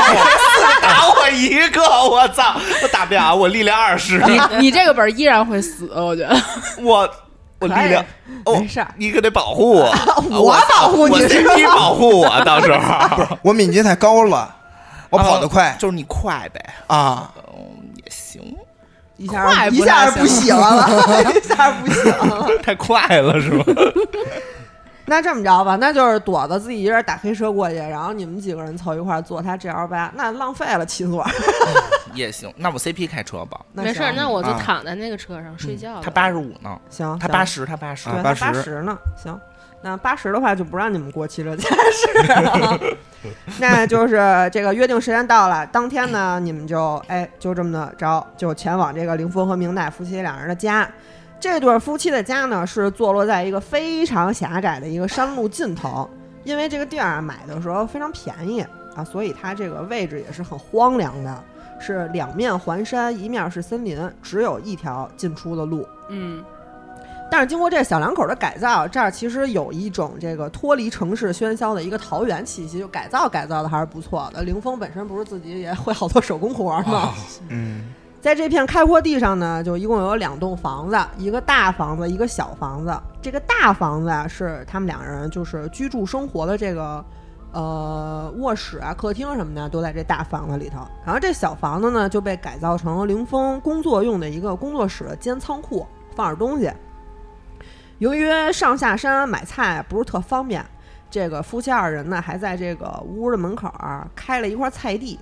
Speaker 4: 打我一个，我操！我打不了，我力量二十，
Speaker 1: 啊
Speaker 2: 你你这个本儿依然会死，我觉得。
Speaker 4: 我我力量哦，
Speaker 1: 没事儿
Speaker 4: 你可得保护 我，
Speaker 1: 我保护你
Speaker 4: 我
Speaker 1: 是
Speaker 4: CP 保护 我，到时候
Speaker 5: 我敏捷太高了，我跑得快
Speaker 4: 就是你快呗，
Speaker 5: 啊！
Speaker 4: 嗯，也行，
Speaker 1: 一下儿
Speaker 2: 快不
Speaker 1: 一下儿
Speaker 2: 太
Speaker 1: 不喜欢了，一下儿不喜欢了。
Speaker 4: 太快了是吧？
Speaker 1: 那这么着吧，那就是朵子自己一人打黑车过去，然后你们几个人凑一块儿坐他 GL 八，那浪费了七座。
Speaker 4: 也行，那我 CP 开车吧，
Speaker 1: 那
Speaker 3: 没事儿，
Speaker 1: 行
Speaker 3: 那我就
Speaker 4: 啊嗯
Speaker 3: 躺在那个车上睡觉吧。
Speaker 4: 他八十五呢，
Speaker 1: 行，
Speaker 4: 他
Speaker 1: 行
Speaker 4: 八十，他八十
Speaker 5: 啊，
Speaker 1: 对，
Speaker 5: 80
Speaker 1: 八十呢，行。那八十的话就不让你们过 汽车驾驶了，那就是这个约定时间到了，当天呢你们就哎就这么的着就前往这个凌峰和明代夫妻两人的家。这对夫妻的家呢是坐落在一个非常狭窄的一个山路尽头，因为这个地儿啊买的时候非常便宜啊，所以它这个位置也是很荒凉的，是两面环山，一面是森林，只有一条进出的路。
Speaker 2: 嗯，
Speaker 1: 但是经过这小两口的改造，这儿其实有一种这个脱离城市喧嚣的一个桃园气息，就改造改造的还是不错的。凌峰本身不是自己也会好多手工活儿吗？
Speaker 7: 啊，
Speaker 5: 嗯，
Speaker 1: 在这片开阔地上呢，就一共有两栋房子，一个大房子，一个小房子。这个大房子啊，是他们两人就是居住生活的这个呃卧室啊、客厅什么的都在这大房子里头。然后这小房子呢，就被改造成凌峰工作用的一个工作室兼仓库，放点东西。由于上下山买菜不是特方便，这个夫妻二人呢还在这个屋的门口儿啊开了一块菜地，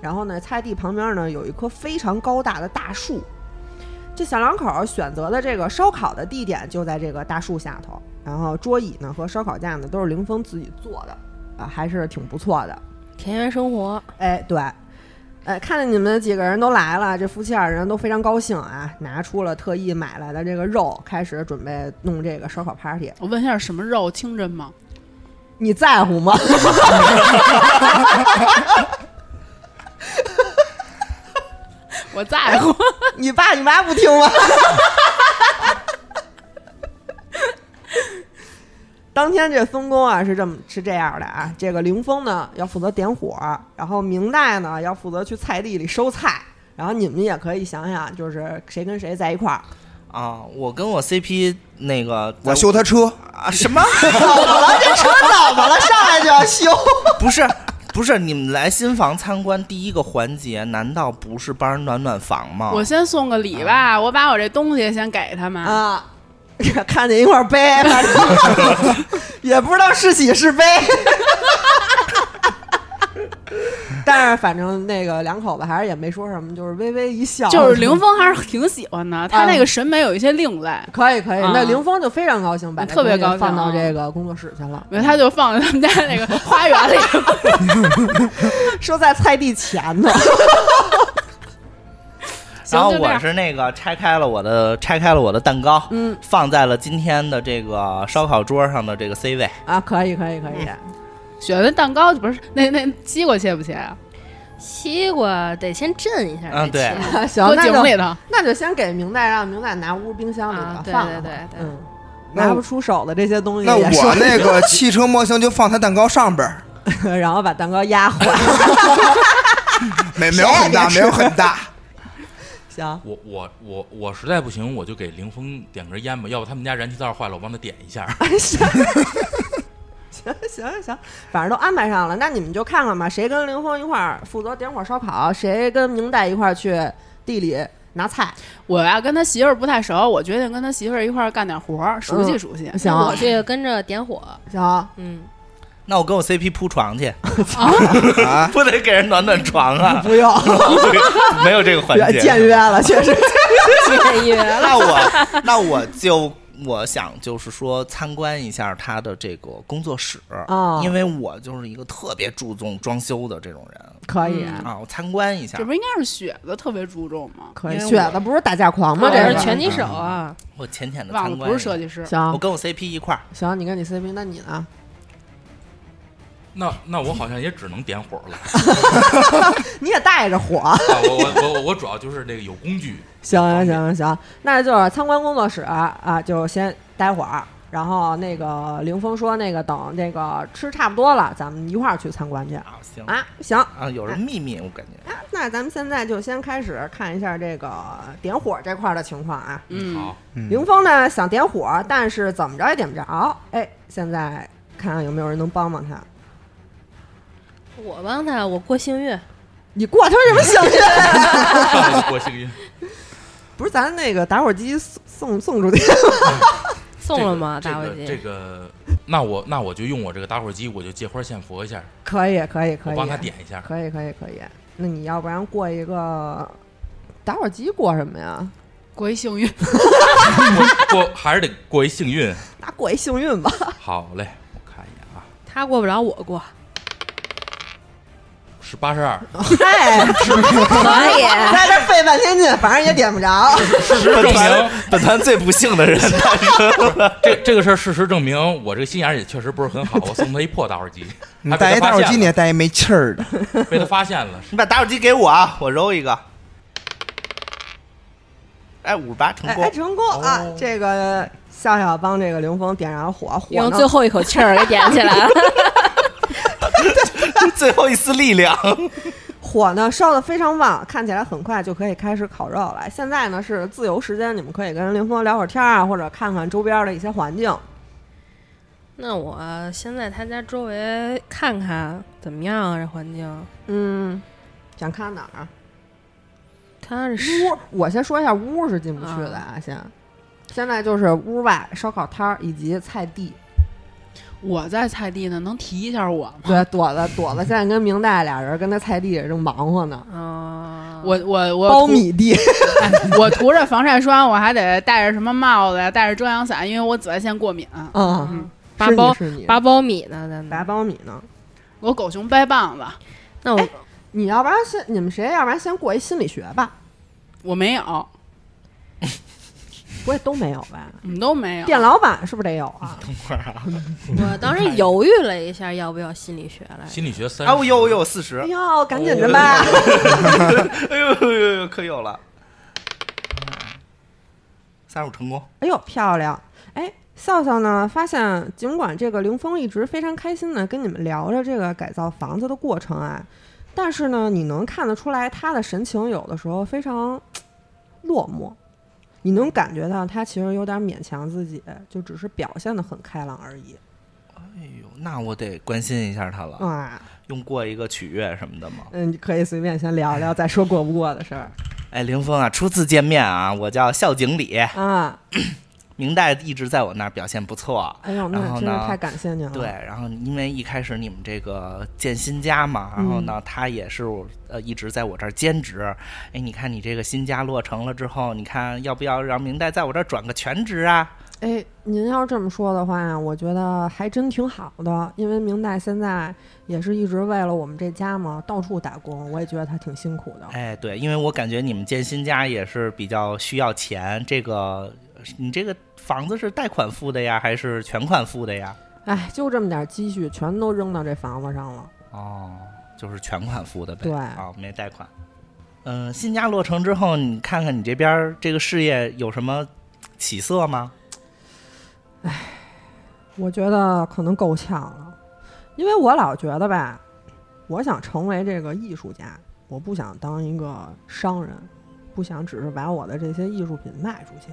Speaker 1: 然后呢，菜地旁边呢有一棵非常高大的大树。这小两口选择的这个烧烤的地点就在这个大树下头，然后桌椅呢和烧烤架呢都是凌峰自己做的，啊，还是挺不错的。
Speaker 3: 田园生活，
Speaker 1: 哎，对，哎，看见你们几个人都来了，这夫妻二人都非常高兴啊，拿出了特意买来的这个肉，开始准备弄这个烧烤 party。
Speaker 2: 我问一下什么肉，清真吗？
Speaker 1: 你在乎吗？
Speaker 2: 我
Speaker 1: 哎
Speaker 2: 在乎，
Speaker 1: 你爸你妈不听吗？ 当天这分工啊是这么是这样的啊，这个凌峰呢要负责点火，然后明代呢要负责去菜地里收菜，然后你们也可以想想，就是谁跟谁在一块儿。
Speaker 4: 啊，我跟我 CP 那个在
Speaker 5: 我修他车，
Speaker 4: 啊什 么？
Speaker 1: 怎么了？这车怎么了？上来就要修？
Speaker 4: 不是 不是，你们来新房参观第一个环节，难道不是帮人暖暖房吗？
Speaker 2: 我先送个礼吧，我把我这东西先给他们。
Speaker 1: 啊！ 看见一块碑， 反正也不知道是喜是悲。 但是反正那个两口子还是也没说什么，就是微微一笑。
Speaker 2: 就是凌峰还是挺喜欢
Speaker 1: 啊
Speaker 2: 的，他那个审美有一些另类，
Speaker 1: 可以可以，
Speaker 2: 啊
Speaker 1: 那凌峰就非常高兴，把这
Speaker 2: 特别
Speaker 1: 东西
Speaker 2: 高兴
Speaker 1: 放到
Speaker 2: 啊
Speaker 1: 这个工作室去 了，
Speaker 2: 因为他就放在他们家那个花园 里。
Speaker 1: 说在菜地前头。
Speaker 2: 行
Speaker 4: 然后
Speaker 2: 就这
Speaker 4: 我
Speaker 2: 样
Speaker 4: 是那个拆开了我的拆开了我的蛋糕，
Speaker 1: 嗯
Speaker 4: 放在了今天的这个烧烤桌上的这个 C 位。嗯
Speaker 1: 啊，可以可以可以，
Speaker 2: 雪那蛋糕不是那那西瓜切不切啊？
Speaker 3: 西瓜得先震一下
Speaker 4: 嗯
Speaker 3: 再切，
Speaker 1: 啊 行，
Speaker 2: 搁
Speaker 1: 那
Speaker 2: 井
Speaker 1: 就
Speaker 2: 里头。
Speaker 1: 那就先给明代，让明代拿屋冰箱里
Speaker 3: 啊
Speaker 1: 头
Speaker 3: 对
Speaker 1: 放
Speaker 3: 对
Speaker 1: 了
Speaker 3: 对
Speaker 1: 吧
Speaker 3: 对
Speaker 1: 嗯，
Speaker 5: 那
Speaker 1: 拿
Speaker 5: 我
Speaker 1: 不出手的这些东西
Speaker 5: 那
Speaker 1: 也
Speaker 5: 我
Speaker 1: 是，
Speaker 5: 那个汽车墨香就放他蛋糕上边儿，
Speaker 1: 然后把蛋糕压坏。
Speaker 5: 没没有很大，没有很大。
Speaker 1: 行，
Speaker 7: 我我我我实在不行，我就给凌峰点根烟吧，要不他们家燃气灶坏了，我帮他点一下。
Speaker 1: 哎行行行，反正都安排上了，那你们就看看吧，谁跟凌峰一块儿负责点火烧烤，谁跟明代一块儿去地里拿菜。
Speaker 2: 我呀、跟他媳妇儿不太熟，我决定跟他媳妇儿一块儿干点活儿，熟悉
Speaker 1: 嗯
Speaker 2: 熟悉。
Speaker 1: 行
Speaker 3: 那我去跟着点火，
Speaker 1: 行，
Speaker 3: 嗯，
Speaker 4: 那我跟我 CP 铺床去，
Speaker 5: 啊，
Speaker 4: 不得给人暖暖床啊，
Speaker 1: 不用，
Speaker 4: 没有这个环 节。
Speaker 1: 见约了，确实。
Speaker 3: 签约了，
Speaker 4: 那我那我就我想就是说参观一下他的这个工作室
Speaker 1: 哦
Speaker 4: 因为我就是一个特别注重装修的这种人
Speaker 1: 可以，
Speaker 3: 嗯
Speaker 4: 啊，我参观一下
Speaker 2: 这。不应该是雪子特别注重吗？
Speaker 1: 可以。
Speaker 4: 因为我
Speaker 1: 雪子不是打架狂吗？
Speaker 3: 我
Speaker 1: 这
Speaker 3: 是
Speaker 7: 嗯
Speaker 1: 个
Speaker 3: 拳击手啊，
Speaker 4: 我浅浅的
Speaker 2: 忘
Speaker 4: 参
Speaker 2: 了
Speaker 4: 观，
Speaker 2: 不是设计师，
Speaker 4: 我
Speaker 1: 行
Speaker 4: 跟我 CP 一块儿，
Speaker 1: 行，你跟你 CP，那你呢？
Speaker 7: 那那我好像也只能点火了。
Speaker 1: 你也带着火。
Speaker 7: 啊我我我我我主要就是那个有工具，
Speaker 1: 行行行行，那就是参观工作室啊，就先待会儿。然后那个凌峰说，那个等那个吃差不多了，咱们一块儿去参观去
Speaker 4: 啊，行
Speaker 1: 啊。行，
Speaker 4: 啊，有人秘密，我感觉
Speaker 1: 那咱们现在就先开始看一下这个点火这块儿的情况啊。
Speaker 2: 嗯，
Speaker 7: 好，
Speaker 1: 凌峰呢想点火，但是怎么着也点不着。哎，现在看看有没有人能帮帮他。
Speaker 3: 我帮他，我过幸运，
Speaker 1: 你过他妈什么幸运？
Speaker 7: 过幸运。
Speaker 1: 不是咱那个打火机送送送出去，
Speaker 3: 送了吗？
Speaker 7: 这
Speaker 3: 打火
Speaker 7: 个这
Speaker 3: 机，
Speaker 7: 个，那我那我就用我这个打火机，我就借花献佛一下，
Speaker 1: 可以可以可
Speaker 7: 我
Speaker 1: 以，啊
Speaker 7: 帮他点一下。
Speaker 1: 可以可以可以，那你要不然过一个打火机过什么呀？
Speaker 2: 过一幸运。
Speaker 7: 我过还是得过一幸运。
Speaker 1: 那过一幸运吧。
Speaker 7: 好嘞，我看一眼啊，
Speaker 3: 他过不着，我过，
Speaker 7: 是八十二，
Speaker 1: 哎， 可以， 在这费半天劲，反正也点不着。
Speaker 7: 事实证明，
Speaker 4: 本团最不幸的人诞生了。
Speaker 7: 这这个事儿事实证明，我这个心眼儿也确实不是很好。我送他一破打火机，
Speaker 5: 你
Speaker 7: 还被
Speaker 5: 带
Speaker 7: 他
Speaker 5: 一打
Speaker 7: 发
Speaker 5: 火
Speaker 7: 现
Speaker 5: 机，你
Speaker 7: 了
Speaker 5: 也带一没气儿的，
Speaker 7: 被他发现了。
Speaker 4: 你把打火机给我啊，我揉一个。哎，五十八成
Speaker 1: 哎
Speaker 4: 功
Speaker 1: 哎，。成功啊！
Speaker 7: 哦
Speaker 1: 这个笑笑帮这个凌峰点燃火，火
Speaker 3: 用
Speaker 1: 呢
Speaker 3: 最后一口气儿给点起来了。
Speaker 4: 最后一丝力量。
Speaker 1: 火呢烧的非常旺，看起来很快就可以开始烤肉了。现在呢是自由时间，你们可以跟凌峰聊会儿天儿啊，或者看看周边的一些环境。
Speaker 3: 那我先在他家周围看看怎么样啊？这环境，
Speaker 1: 嗯，想看哪儿？啊
Speaker 3: 他是室
Speaker 1: 屋，我先说一下屋是进不去的啊，先。现在就是屋外烧烤摊儿以及菜地，
Speaker 2: 我在菜地呢，能提一下我吗？
Speaker 1: 对，朵子朵子现在跟明代俩人跟那菜地里正忙活 呢，
Speaker 3: 啊，
Speaker 2: 我我 我
Speaker 1: 苞
Speaker 2: 涂、
Speaker 1: 嗯米地，
Speaker 2: 哎， 我涂着防晒霜，我还得戴着什么帽子呀，戴着遮阳伞，因为我紫外线过敏。
Speaker 1: 嗯，
Speaker 3: 嗯
Speaker 1: 是
Speaker 3: 八
Speaker 1: 你
Speaker 3: 苞
Speaker 1: 是你
Speaker 3: 八苞米呢？在
Speaker 1: 拔
Speaker 3: 哪？
Speaker 1: 苞米呢？
Speaker 2: 我狗熊掰棒子，
Speaker 3: 那我
Speaker 1: 你要不然先你们谁，要不然先过一心理学吧，
Speaker 2: 我没有，
Speaker 1: 不会都没有 吧？
Speaker 2: 你们都没有。
Speaker 1: 店老板是不是得有啊？
Speaker 3: 我当时犹豫了一下，要不要心理学来？
Speaker 7: 心理学三，
Speaker 4: 哎呦呦呦，四
Speaker 1: 哎
Speaker 4: 十！
Speaker 1: 呦，赶紧的吧！
Speaker 4: 哎呦呦呦呦，可有了！三十五成功，
Speaker 1: 哎呦，漂亮！哎，笑笑呢，发现尽管这个凌峰一直非常开心的跟你们聊着这个改造房子的过程啊，但是呢，你能看得出来他的神情有的时候非常落寞，你能感觉到他其实有点勉强自己，就只是表现的很开朗而已。
Speaker 4: 哎呦，那我得关心一下他了。
Speaker 1: 啊，
Speaker 4: 用过一个取悦什么的吗？
Speaker 1: 嗯，你可以随便先聊聊，再说过不过的事儿
Speaker 4: 哎，凌峰啊，初次见面啊，我叫校经理，
Speaker 1: 啊。
Speaker 4: 明代一直在我那儿表现不错。
Speaker 1: 哎呦，那
Speaker 4: 然后
Speaker 1: 真是
Speaker 4: 呢
Speaker 1: 太感谢您了。
Speaker 4: 对，，然后因为一开始你们这个建新家嘛，然后呢，他也是我呃一直在我这儿兼职。哎，你看你这个新家落成了之后，你看要不要让明代在我这儿转个全职啊？
Speaker 1: 哎，您要这么说的话呀，我觉得还真挺好的，因为明代现在也是一直为了我们这家嘛到处打工，我也觉得他挺辛苦的。
Speaker 4: 哎，对，因为我感觉你们建新家也是比较需要钱，这个你这个房子是贷款付的呀，还是全款付的呀？
Speaker 1: 哎，就这么点积蓄，全都扔到这房子上了。
Speaker 4: 哦，就是全款付的呗。
Speaker 1: 对
Speaker 4: 啊、没贷款。嗯、新家落成之后，你看看你这边儿这个事业有什么起色吗？
Speaker 1: 我觉得可能够呛了，因为我老觉得吧，我想成为这个艺术家，我不想当一个商人，不想只是把我的这些艺术品卖出去，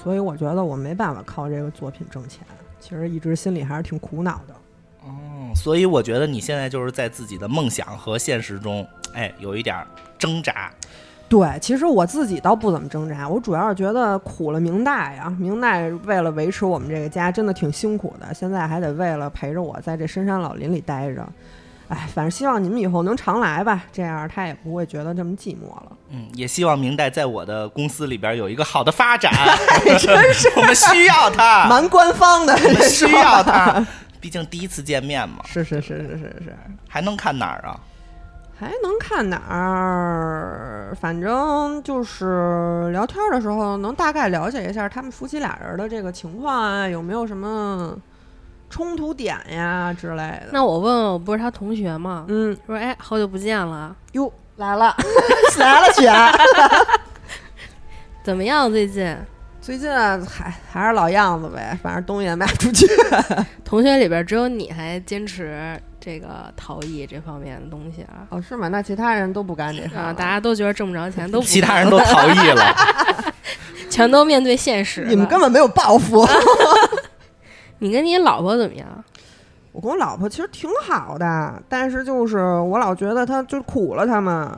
Speaker 1: 所以我觉得我没办法靠这个作品挣钱。其实一直心里还是挺苦恼的。
Speaker 4: 嗯所以我觉得你现在就是在自己的梦想和现实中，哎，有一点儿挣扎。
Speaker 1: 对，其实我自己倒不怎么挣扎，我主要是觉得苦了明代啊，明代为了维持我们这个家，真的挺辛苦的，现在还得为了陪着我在这深山老林里待着。哎，反正希望你们以后能常来吧，这样他也不会觉得这么寂寞了。
Speaker 4: 嗯，也希望明代在我的公司里边有一个好的发展，
Speaker 1: 真是
Speaker 4: 我们需要他，
Speaker 1: 蛮官方的，
Speaker 4: 我们
Speaker 1: 这
Speaker 4: 需
Speaker 1: 说
Speaker 4: 要
Speaker 1: 法。
Speaker 4: 他。毕竟第一次见面嘛，
Speaker 1: 是是是是是是，
Speaker 4: 还能看哪儿啊？
Speaker 1: 还能看哪儿？反正就是聊天的时候能大概了解一下他们夫妻俩人的这个情况啊，有没有什么冲突点呀之类的。
Speaker 3: 那我问问，我不是他同学吗？
Speaker 1: 嗯，
Speaker 3: 说哎，好久不见了，
Speaker 1: 哟，来了 来了，雪。
Speaker 3: 怎么样最近？
Speaker 1: 最近还还是老样子呗，反正东西也卖不出去。
Speaker 3: 同学里边只有你还坚持这个陶艺这方面的东西啊？
Speaker 1: 哦，是吗？那其他人都不干这行
Speaker 3: 啊，
Speaker 1: 了
Speaker 3: 大家都觉得挣不着钱， 都不
Speaker 4: 其他人都逃逸了。
Speaker 3: 全都面对现实了。
Speaker 1: 你们根本没有抱负。
Speaker 3: 你跟你老婆怎么样？
Speaker 1: 我跟我老婆其实挺好的，但是就是我老觉得她就苦了他们，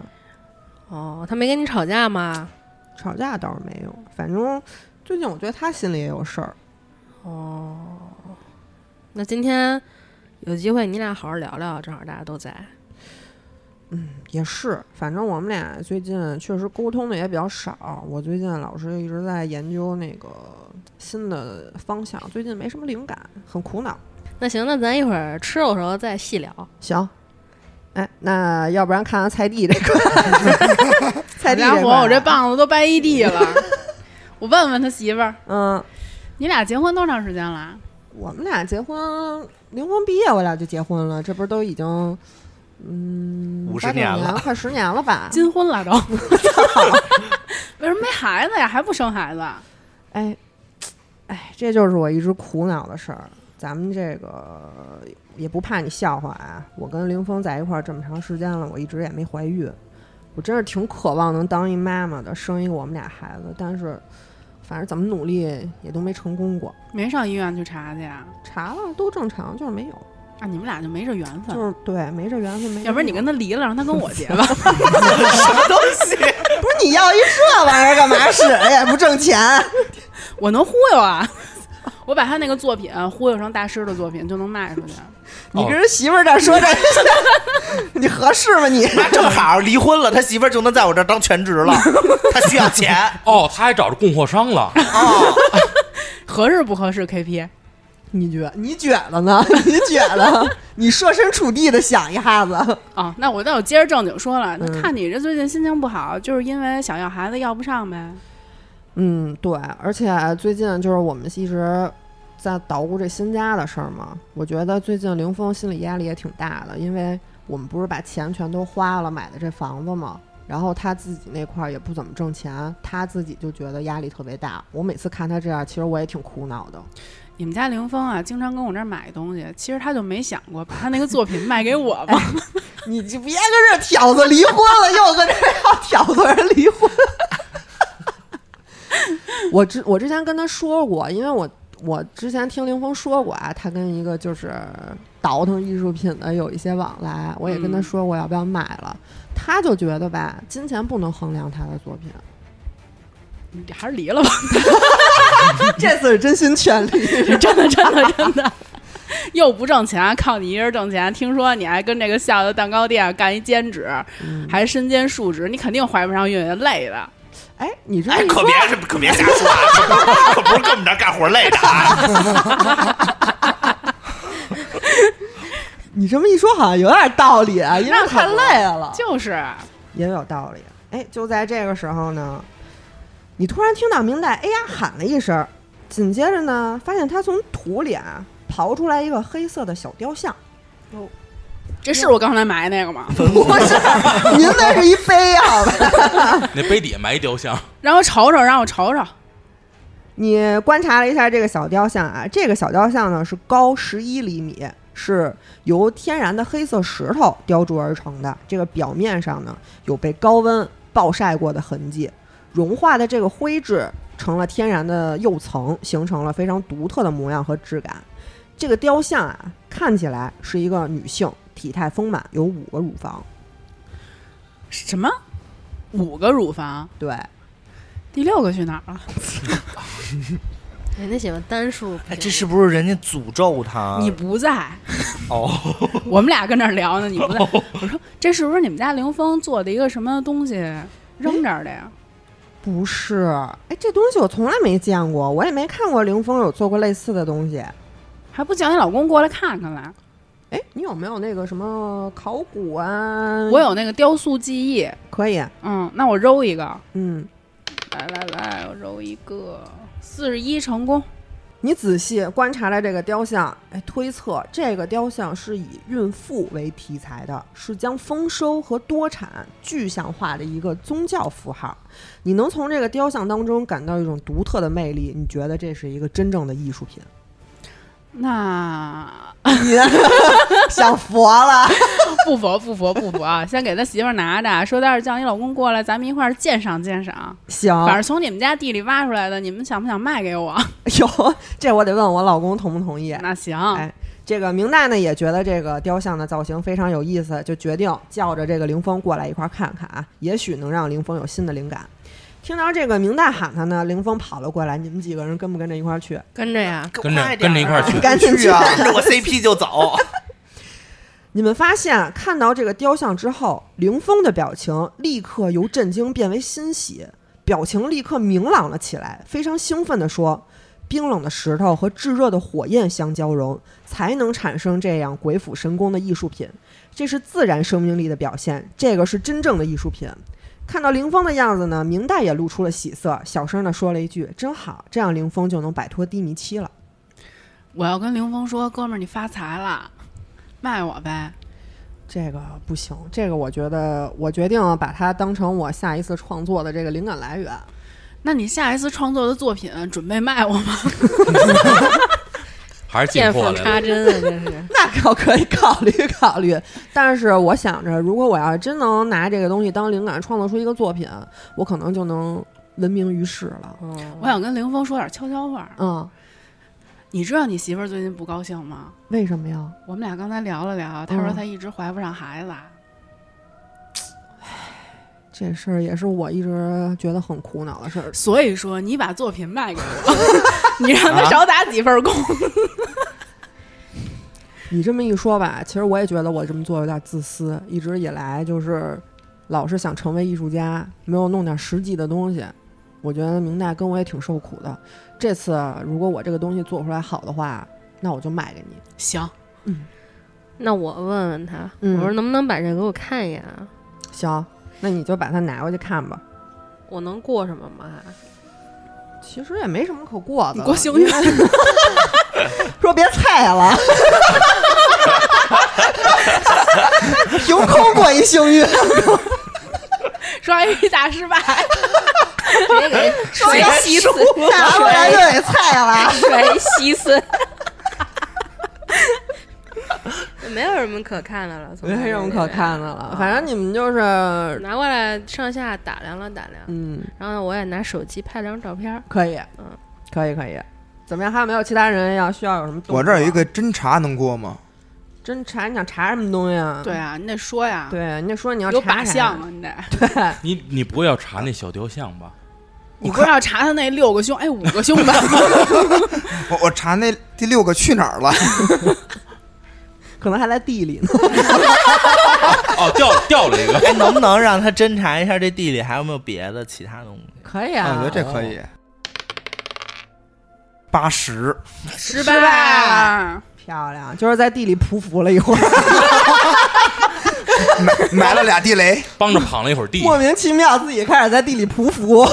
Speaker 3: 哦，他没跟你吵架吗？
Speaker 1: 吵架倒是没有，反正最近我觉得她心里也有事儿。
Speaker 3: 哦，那今天有机会你俩好好聊聊，正好大家都在。
Speaker 1: 也是，反正我们俩最近确实沟通的也比较少。我最近老是一直在研究那个新的方向，最近没什么灵感，很苦恼。
Speaker 3: 那行，那咱一会儿吃的时候再细聊。
Speaker 1: 行，哎，那要不然看看菜地这块， 菜
Speaker 2: 好
Speaker 1: 地这
Speaker 2: 家
Speaker 1: 块
Speaker 2: 伙，
Speaker 1: 啊
Speaker 2: 我这，棒子都掰一地了。 我问问他媳妇儿，
Speaker 1: 嗯，
Speaker 2: 你俩结婚多长时间了？
Speaker 1: 我们俩结婚，灵魂毕业，我俩就结婚了，这不是都已经嗯
Speaker 4: 50
Speaker 1: 八九
Speaker 4: 年了
Speaker 1: 了，快十年了吧？
Speaker 2: 金婚了 都。为什么没孩子呀？还不生孩子？
Speaker 1: 哎，哎，这就是我一直苦恼的事儿。咱们这个也不怕你笑话啊，我跟林峰在一块儿这么长时间了，我一直也没怀孕，我真是挺渴望能当一妈妈的，生一个我们俩孩子，但是反正怎么努力也都没成功过，
Speaker 2: 没上医院去查去啊？
Speaker 1: 查了都正常，就是没有，
Speaker 2: 啊，你们俩就没这缘分。
Speaker 1: 就是对没这缘分，没这
Speaker 2: 嗯要不然你
Speaker 1: 命
Speaker 2: 跟他离了，让他跟我结吧。
Speaker 1: 不是你要一这玩意儿干嘛使呀？不挣钱，
Speaker 2: 我能忽悠啊，我把他那个作品忽悠成大师的作品，就能卖出去。
Speaker 1: 你 跟人媳妇儿这儿 说这，你合适吗你？
Speaker 4: 那正好离婚了，他媳妇儿就能在我这儿当全职了。他需要钱，
Speaker 7: 哦，他还找着供货商了，
Speaker 2: 合适不合适？KP，
Speaker 1: 你觉你觉得呢？ 你觉得？你设身处地的想一下子，
Speaker 2: 啊，那我那我接着正经说了，那
Speaker 1: 嗯
Speaker 2: 看你这最近心情不好，就是因为想要孩子要不上呗。
Speaker 1: 嗯，对，而且最近就是我们一直在捣鼓这新家的事儿嘛，我觉得最近凌峰心理压力也挺大的，因为我们不是把钱全都花了买的这房子嘛。然后他自己那块儿也不怎么挣钱，他自己就觉得压力特别大。我每次看他这样，其实我也挺苦恼的。
Speaker 2: 你们家凌峰啊，经常跟我这儿买东西，其实他就没想过把他那个作品卖给我吧。
Speaker 1: 你就别跟这挑子离婚了，又跟这要挑子人离婚。 我之我之前跟他说过，因为我我之前听林峰说过啊，他跟一个就是倒腾艺术品的有一些往来，我也跟他
Speaker 2: 嗯
Speaker 1: 说过要不要买了，他就觉得吧，金钱不能衡量他的作品。
Speaker 2: 你还是离了吧，
Speaker 1: 这次是真心全力，
Speaker 2: 真的真的真的。又不挣钱，靠你一人挣钱。听说你还跟这个下的蛋糕店干一兼职，还身兼数职，你肯定怀不上孕，累的。
Speaker 1: 哎，你这
Speaker 4: 哎，
Speaker 1: 么一
Speaker 4: 可
Speaker 1: 说，
Speaker 4: 别可别瞎说啊，可不是可不是跟我们这儿干活累的啊。
Speaker 1: 你这么一说，好像有点道理啊，因为太累了，
Speaker 2: 就是，
Speaker 1: 也有道理。哎，就在这个时候呢，你突然听到明代哎呀喊了一声，紧接着呢，发现他从土里啊刨出来一个黑色的小雕像。
Speaker 2: 这是我刚才埋那个吗？
Speaker 1: 不是，您那是一杯啊好吧？
Speaker 7: 那杯底下埋一雕像，
Speaker 2: 然后瞅瞅，让我瞅瞅，
Speaker 1: 你观察了一下这个小雕像啊，这个小雕像呢是高十一厘米，是由天然的黑色石头雕琢而成的。这个表面上呢有被高温暴晒过的痕迹，融化的这个灰质成了天然的釉层，形成了非常独特的模样和质感。这个雕像啊，看起来是一个女性，体态丰满，有五个乳房。
Speaker 2: 什么？五个乳房，
Speaker 1: 对，
Speaker 2: 第六个去哪儿了？
Speaker 3: 人家喜欢单数，不
Speaker 4: 哎，
Speaker 3: 行
Speaker 4: 这是不是人家诅咒他？啊
Speaker 2: 你不在，
Speaker 4: 哦，
Speaker 2: 我们俩跟这儿聊呢，你不在。我说这是不是你们家凌峰做的一个什么东西扔这儿的呀？
Speaker 1: 不是，哎，这东西我从来没见过，我也没看过凌峰有做过类似的东西。
Speaker 2: 还不叫你老公过来看看来？
Speaker 1: 哎，你有没有那个什么考古啊？
Speaker 2: 我有那个雕塑技艺，
Speaker 1: 可以，
Speaker 2: 嗯，那我揉一个，
Speaker 1: 嗯，
Speaker 2: 来来来，我揉一个，四十一成功。
Speaker 1: 你仔细观察了这个雕像，哎，推测这个雕像是以孕妇为题材的，是将丰收和多产具象化的一个宗教符号。你能从这个雕像当中感到一种独特的魅力，你觉得这是一个真正的艺 术品？
Speaker 2: 那
Speaker 1: 你 想佛了？
Speaker 2: 不服不服不服啊！ 先给他媳妇儿拿着，说待会儿叫你老公过来，咱们一块儿鉴赏鉴赏。
Speaker 1: 行，
Speaker 2: 反正从你们家地里挖出来的，你们想不想卖 给我？
Speaker 1: 有这我得问我老公同不同意。
Speaker 2: 那行，
Speaker 1: 哎这个明代呢也觉得这个雕像的造型非常有意思，就决定叫着这个凌风过来一块儿看看啊，也许能让凌风有新的灵感。听到这个明代喊他呢，凌风跑了过来，你们几个人跟不跟着一块儿去？
Speaker 3: 跟着呀，
Speaker 7: 跟着
Speaker 4: 快点
Speaker 7: 跟着一块儿去
Speaker 4: 啊
Speaker 1: 赶紧
Speaker 5: 去啊！
Speaker 4: 跟着我 CP 就走。
Speaker 1: 你们发现看到这个雕像之后，凌风的表情立刻由震惊变为欣喜，表情立刻明朗了起来，非常兴奋地说：“冰冷的石头和炙热的火焰相交融，才能产生这样鬼斧神工的艺术品。这是自然生命力的表现，这个是真正的艺术品。”看到凌风的样子呢，明代也露出了喜色，小声地说了一句：“真好，这样凌风就能摆脱低迷期了。”
Speaker 2: 我要跟凌峰说，哥们儿你发财了，卖我呗。
Speaker 1: 这个不行，这个我觉得我决定把它当成我下一次创作的这个灵感来源。
Speaker 2: 那你下一次创作的作品准备卖我吗？
Speaker 7: 还是进
Speaker 3: 见
Speaker 7: 货
Speaker 3: 缝
Speaker 7: 来
Speaker 3: 插
Speaker 7: 了。
Speaker 3: 针啊，这 是
Speaker 1: 那可可以考虑考虑，但是我想着，如果我要真能拿这个东西当灵感创作出一个作品，我可能就能闻名于世了。
Speaker 3: 哦
Speaker 2: 我想跟凌峰说点悄悄话。
Speaker 1: 嗯，
Speaker 2: 你知道你媳妇儿最近不高兴吗？
Speaker 1: 为什么呀？
Speaker 2: 我们俩刚才聊了聊，她说
Speaker 1: 嗯
Speaker 2: 她一直怀不上孩子。
Speaker 1: 这事儿也是我一直觉得很苦恼的事儿。
Speaker 2: 所以说，你把作品卖给我， 你让他少打几份工。
Speaker 1: 你这么一说吧，其实我也觉得我这么做有点自私，一直以来就是老是想成为艺术家，没有弄点实际的东西。我觉得明代跟我也挺受苦的。这次如果我这个东西做出来好的话，那我就卖给你。
Speaker 2: 行，
Speaker 3: 那我问问他，
Speaker 1: 嗯
Speaker 3: 我说能不能把这给我看一眼啊？
Speaker 1: 行，那你就把它拿回去看吧。
Speaker 3: 我能过什么吗？
Speaker 1: 其实也没什么可过的，
Speaker 2: 你过幸运。
Speaker 1: 说别菜了，凭空过一幸 运。
Speaker 5: 啊
Speaker 2: 刷一大失败，
Speaker 3: 直接给
Speaker 1: 谁
Speaker 3: 甩稀碎，
Speaker 1: 拿回来就得菜啊了。
Speaker 3: 甩稀碎。 没有什么可看的了，从
Speaker 1: 没什么可看的了，反正你们就是，
Speaker 3: 拿过来上下打量了打量，
Speaker 1: 嗯，
Speaker 3: 然后我也拿手机拍了张照片儿。
Speaker 1: 可以，
Speaker 3: 嗯，
Speaker 1: 可以，可以。怎么样？还有没有其他人要需要有什么动作？
Speaker 5: 我这儿有一个侦查能过吗？
Speaker 1: 真查，你想查什么东西啊？
Speaker 2: 对啊，你得说呀，
Speaker 1: 对，你得说你要
Speaker 2: 有
Speaker 1: 查啥
Speaker 2: 靶向啊，你得。
Speaker 1: 对，
Speaker 7: 你你不会要查那小雕像吧？
Speaker 2: 你不是要查他那六个胸，哎，五个胸 吧？
Speaker 5: 我我查那第六个去哪儿了？
Speaker 1: 可能还在地里呢。
Speaker 7: 哦，掉掉了一个，
Speaker 4: 哎，能不能让他侦查一下这地里还有没有别的其他东西？
Speaker 1: 可以
Speaker 5: 我
Speaker 1: 啊，
Speaker 5: 觉得这可以。八十，
Speaker 2: 失
Speaker 1: 败啊
Speaker 2: 败。
Speaker 1: 漂亮，就是在地里匍匐了一会儿，
Speaker 5: 埋埋了俩 地雷，
Speaker 7: 帮着淌了一会儿地。
Speaker 1: 莫名其妙自己开始在地里匍匐。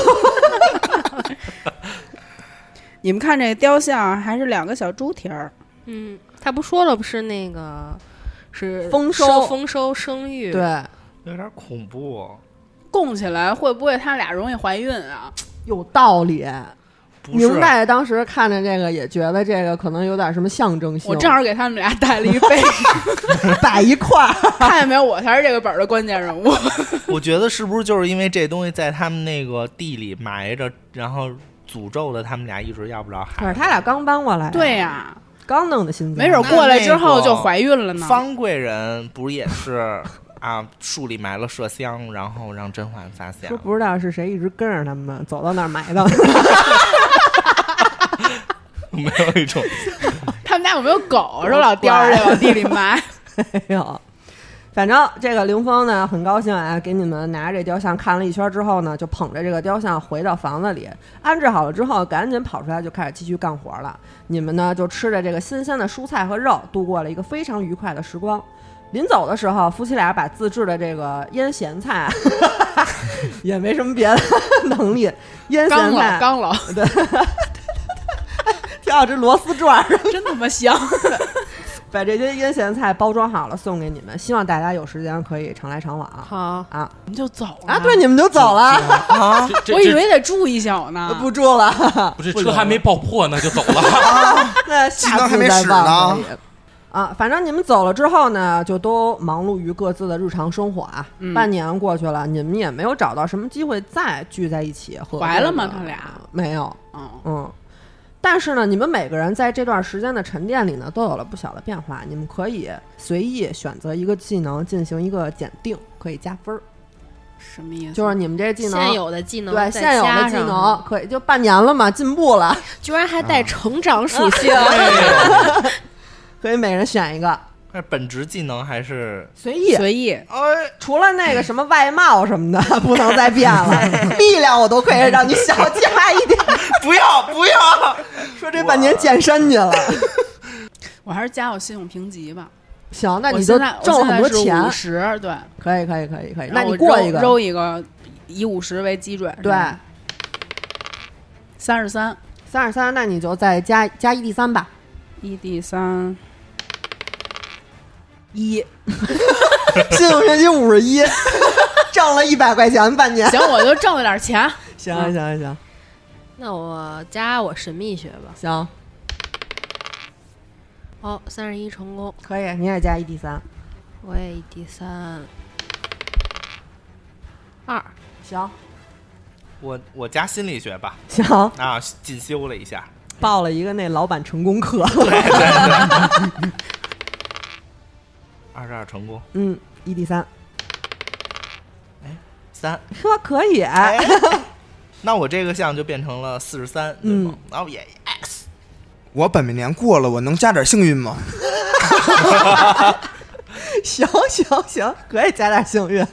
Speaker 2: 你们看这雕像还是两个小猪蹄儿，
Speaker 3: 嗯，他不说了，不是那个是
Speaker 1: 丰收
Speaker 3: 收、丰收、生育，，
Speaker 1: 对，
Speaker 4: 有点恐怖、
Speaker 2: 供起来会不会他俩容易怀孕啊？
Speaker 1: 有道理。
Speaker 4: 不
Speaker 1: 明
Speaker 4: 是，
Speaker 1: 代当时看着这个也觉得这个可能有点什么象征性，
Speaker 2: 我正好给他们俩带了一 杯，
Speaker 1: 摆一块儿。
Speaker 2: 看见没有？我才是这个本儿的关键人物。
Speaker 4: 我觉得是不是就是因为这东西在他们那个地里埋着，然后诅咒了他们俩一直要不着
Speaker 1: 可
Speaker 4: 孩
Speaker 1: 是
Speaker 4: 子。
Speaker 1: 他俩刚搬过来，
Speaker 2: 对呀、
Speaker 1: 刚弄的新家，
Speaker 2: 没准
Speaker 4: 那
Speaker 2: 过来之
Speaker 4: 那
Speaker 2: 后
Speaker 4: 个
Speaker 2: 就怀孕了呢。
Speaker 4: 方贵人不是也是啊？树里埋了麝香，然后让甄嬛发现
Speaker 1: 说。不知道是谁一直跟着他们走到那儿埋的。
Speaker 4: 没有一种
Speaker 2: 他们家有没有狗？说老叼着往地里埋。
Speaker 1: 没有。啊反正这个凌峰呢很高兴啊，给你们拿着这雕像看了一圈之后呢，就捧着这个雕像回到房子里，安置好了之后，赶紧跑出来就开始继续干活了。你们呢就吃着这个新鲜的蔬菜和肉，度过了一个非常愉快的时光。临走的时候，夫妻俩把自制的这个腌咸菜 啊，也没什么别的能力，腌
Speaker 2: 刚
Speaker 1: 咸
Speaker 2: 老
Speaker 1: 菜
Speaker 2: 刚老，
Speaker 1: 挺好，这螺丝转儿
Speaker 2: 真他妈 香！
Speaker 1: 把这些腌咸菜包装好了送给你们，希望大家有时间可以常来常往
Speaker 3: 好，
Speaker 1: 啊
Speaker 2: 你就走了
Speaker 1: 啊！对，，你们就走了。
Speaker 4: 啊，
Speaker 7: 这这
Speaker 2: 我以
Speaker 7: 这
Speaker 2: 为得住一宿呢。
Speaker 1: 不住了，
Speaker 7: 不是车还没爆破呢就走 了。
Speaker 1: 那
Speaker 5: 技
Speaker 1: 下
Speaker 5: 能还
Speaker 1: 次
Speaker 5: 没
Speaker 1: 再
Speaker 5: 使
Speaker 1: 报
Speaker 5: 呢
Speaker 1: 可以。啊，反正你们走了之后呢，就都忙碌于各自的日常生活啊。
Speaker 2: 嗯
Speaker 1: 半年过去了，你们也没有找到什么机会再聚在一起和
Speaker 2: 怀
Speaker 1: 这
Speaker 2: 了吗
Speaker 1: 个
Speaker 2: 他俩
Speaker 1: 没有，
Speaker 2: 嗯，
Speaker 1: 嗯。但是呢，你们每个人在这段时间的沉淀里呢，都有了不小的变化。你们可以随意选择一个技能进行一个检定，可以加分儿。
Speaker 2: 什么意思？
Speaker 1: 就是你们这个技能，
Speaker 3: 现有的技能
Speaker 1: 对
Speaker 3: 再
Speaker 1: 现有
Speaker 3: 加
Speaker 1: 的技
Speaker 3: 上
Speaker 1: 能，可以就半年了嘛，进步了。
Speaker 3: 居然还带成长属性，
Speaker 7: 哎
Speaker 1: 可以每人选一个，
Speaker 4: 那本职技能还是
Speaker 1: 随嗯意
Speaker 2: 随意。
Speaker 4: 哎，
Speaker 1: 除了那个什么外貌什么的 不能再变 了，力量我都可以让你小加一点。
Speaker 4: 不要不要，
Speaker 1: 说这半年健身去了，
Speaker 2: 我还是加我信用评级吧。
Speaker 1: 行，那
Speaker 2: 我
Speaker 1: 你就
Speaker 2: 现在
Speaker 1: 挣了很多钱
Speaker 2: 五，十对，
Speaker 1: 可以可以可以可以，那
Speaker 2: 然
Speaker 1: 你
Speaker 2: 后我
Speaker 1: 过
Speaker 2: 揉
Speaker 1: 一个，
Speaker 2: 揉一个，以五十为基准。
Speaker 1: 对，
Speaker 2: 三十三
Speaker 1: 三十三，那你就再加加一第三吧。
Speaker 2: 一 d 三
Speaker 1: 一， 信用学习五十 一，挣了一百块钱半年。
Speaker 2: 行，我就挣了点钱。
Speaker 1: 行行行行
Speaker 3: 那我加我神秘学吧。
Speaker 1: 行，
Speaker 3: 哦，三十一成功，
Speaker 1: 可以，你也加一第三。
Speaker 3: 我也一第三，二
Speaker 1: 行
Speaker 4: 我我加心理学吧，
Speaker 1: 行，
Speaker 4: 啊，进修了一下，
Speaker 1: 报了一个那老板成功课。
Speaker 4: 二十二成功，
Speaker 1: 嗯，一第三，
Speaker 4: 三，
Speaker 1: 呵，可以。
Speaker 4: 哎， 那我这个项就变成了四十三，对吗？然后也
Speaker 5: 我本命年过了，我能加点幸运吗？
Speaker 1: 行行行，可以加点幸运。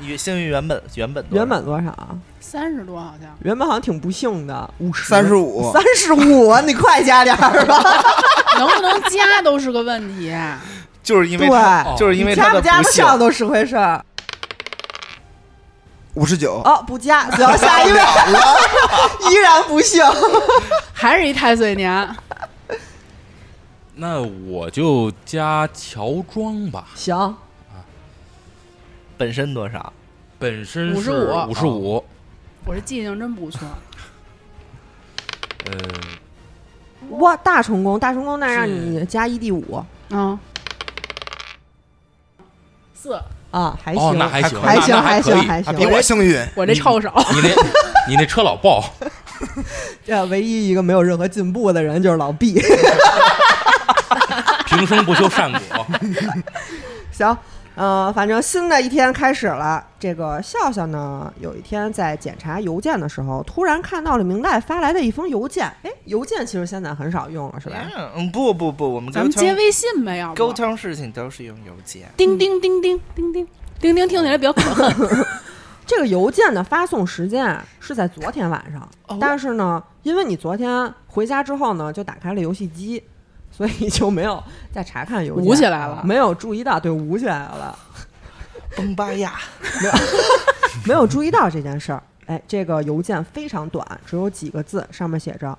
Speaker 4: 也幸运原本原本多少
Speaker 1: 原本多少啊？
Speaker 2: 三十多好像，
Speaker 1: 原本好像挺不幸的，五十、
Speaker 5: 三十五
Speaker 1: 三十五，啊你快加点儿吧。
Speaker 2: 能不能加都是个问题。
Speaker 4: 就是因为
Speaker 1: 对
Speaker 4: 他
Speaker 7: 哦
Speaker 4: 就是因为
Speaker 1: 你
Speaker 4: 他
Speaker 1: 加
Speaker 4: 的
Speaker 1: 不加得
Speaker 4: 不幸，
Speaker 1: 上都是回事儿。
Speaker 5: 五十九，
Speaker 1: 哦，不加，行，下一位 依然不幸。
Speaker 2: 还是一太岁年，
Speaker 7: 那我就加乔装吧，
Speaker 1: 行，
Speaker 4: 本身多少？
Speaker 7: 本身是
Speaker 2: 55
Speaker 1: 啊
Speaker 7: 五十五，
Speaker 2: 我这记性真不错。
Speaker 7: 呃，
Speaker 1: 哇，大成功，大成功，那让你加一第五
Speaker 2: 嗯，四，
Speaker 1: 啊，还行，
Speaker 7: 哦，那还行，
Speaker 5: 还
Speaker 7: 那
Speaker 1: 行，
Speaker 7: 那
Speaker 1: 还
Speaker 7: 还可
Speaker 1: 行，
Speaker 7: 以。
Speaker 1: 还
Speaker 5: 还比
Speaker 1: 行。
Speaker 5: 我幸运。
Speaker 2: 我这臭手。
Speaker 7: 你那，你那车老爆，
Speaker 1: 这唯一一个没有任何进步的人就是老毕。
Speaker 7: 平生不修善果。
Speaker 1: 行，呃，反正新的一天开始了。这个笑笑呢，有一天在检查邮件的时候，突然看到了明代发来的一封邮件。哎，邮件其实现在很少用了，是吧？
Speaker 2: 哎
Speaker 4: 嗯，不不不，我们
Speaker 2: 咱
Speaker 4: 沟
Speaker 2: 们接
Speaker 4: 通
Speaker 2: 微信呗，要
Speaker 4: 沟
Speaker 2: 不？
Speaker 4: 通事情都是用邮件。
Speaker 2: 叮叮叮叮叮叮叮叮，听起来比较可 恨。
Speaker 1: 这个邮件的发送时间啊是在昨天晚上，
Speaker 2: 哦
Speaker 1: 但是呢，因为你昨天回家之后呢，就打开了游戏机，所以就没有再查看邮件，
Speaker 2: 捂起来了
Speaker 1: 没有注意到，对，捂起来了，
Speaker 4: 崩巴呀，
Speaker 1: 没有注意到这件事儿。哎，这个邮件非常短，只有几个字，上面写着：“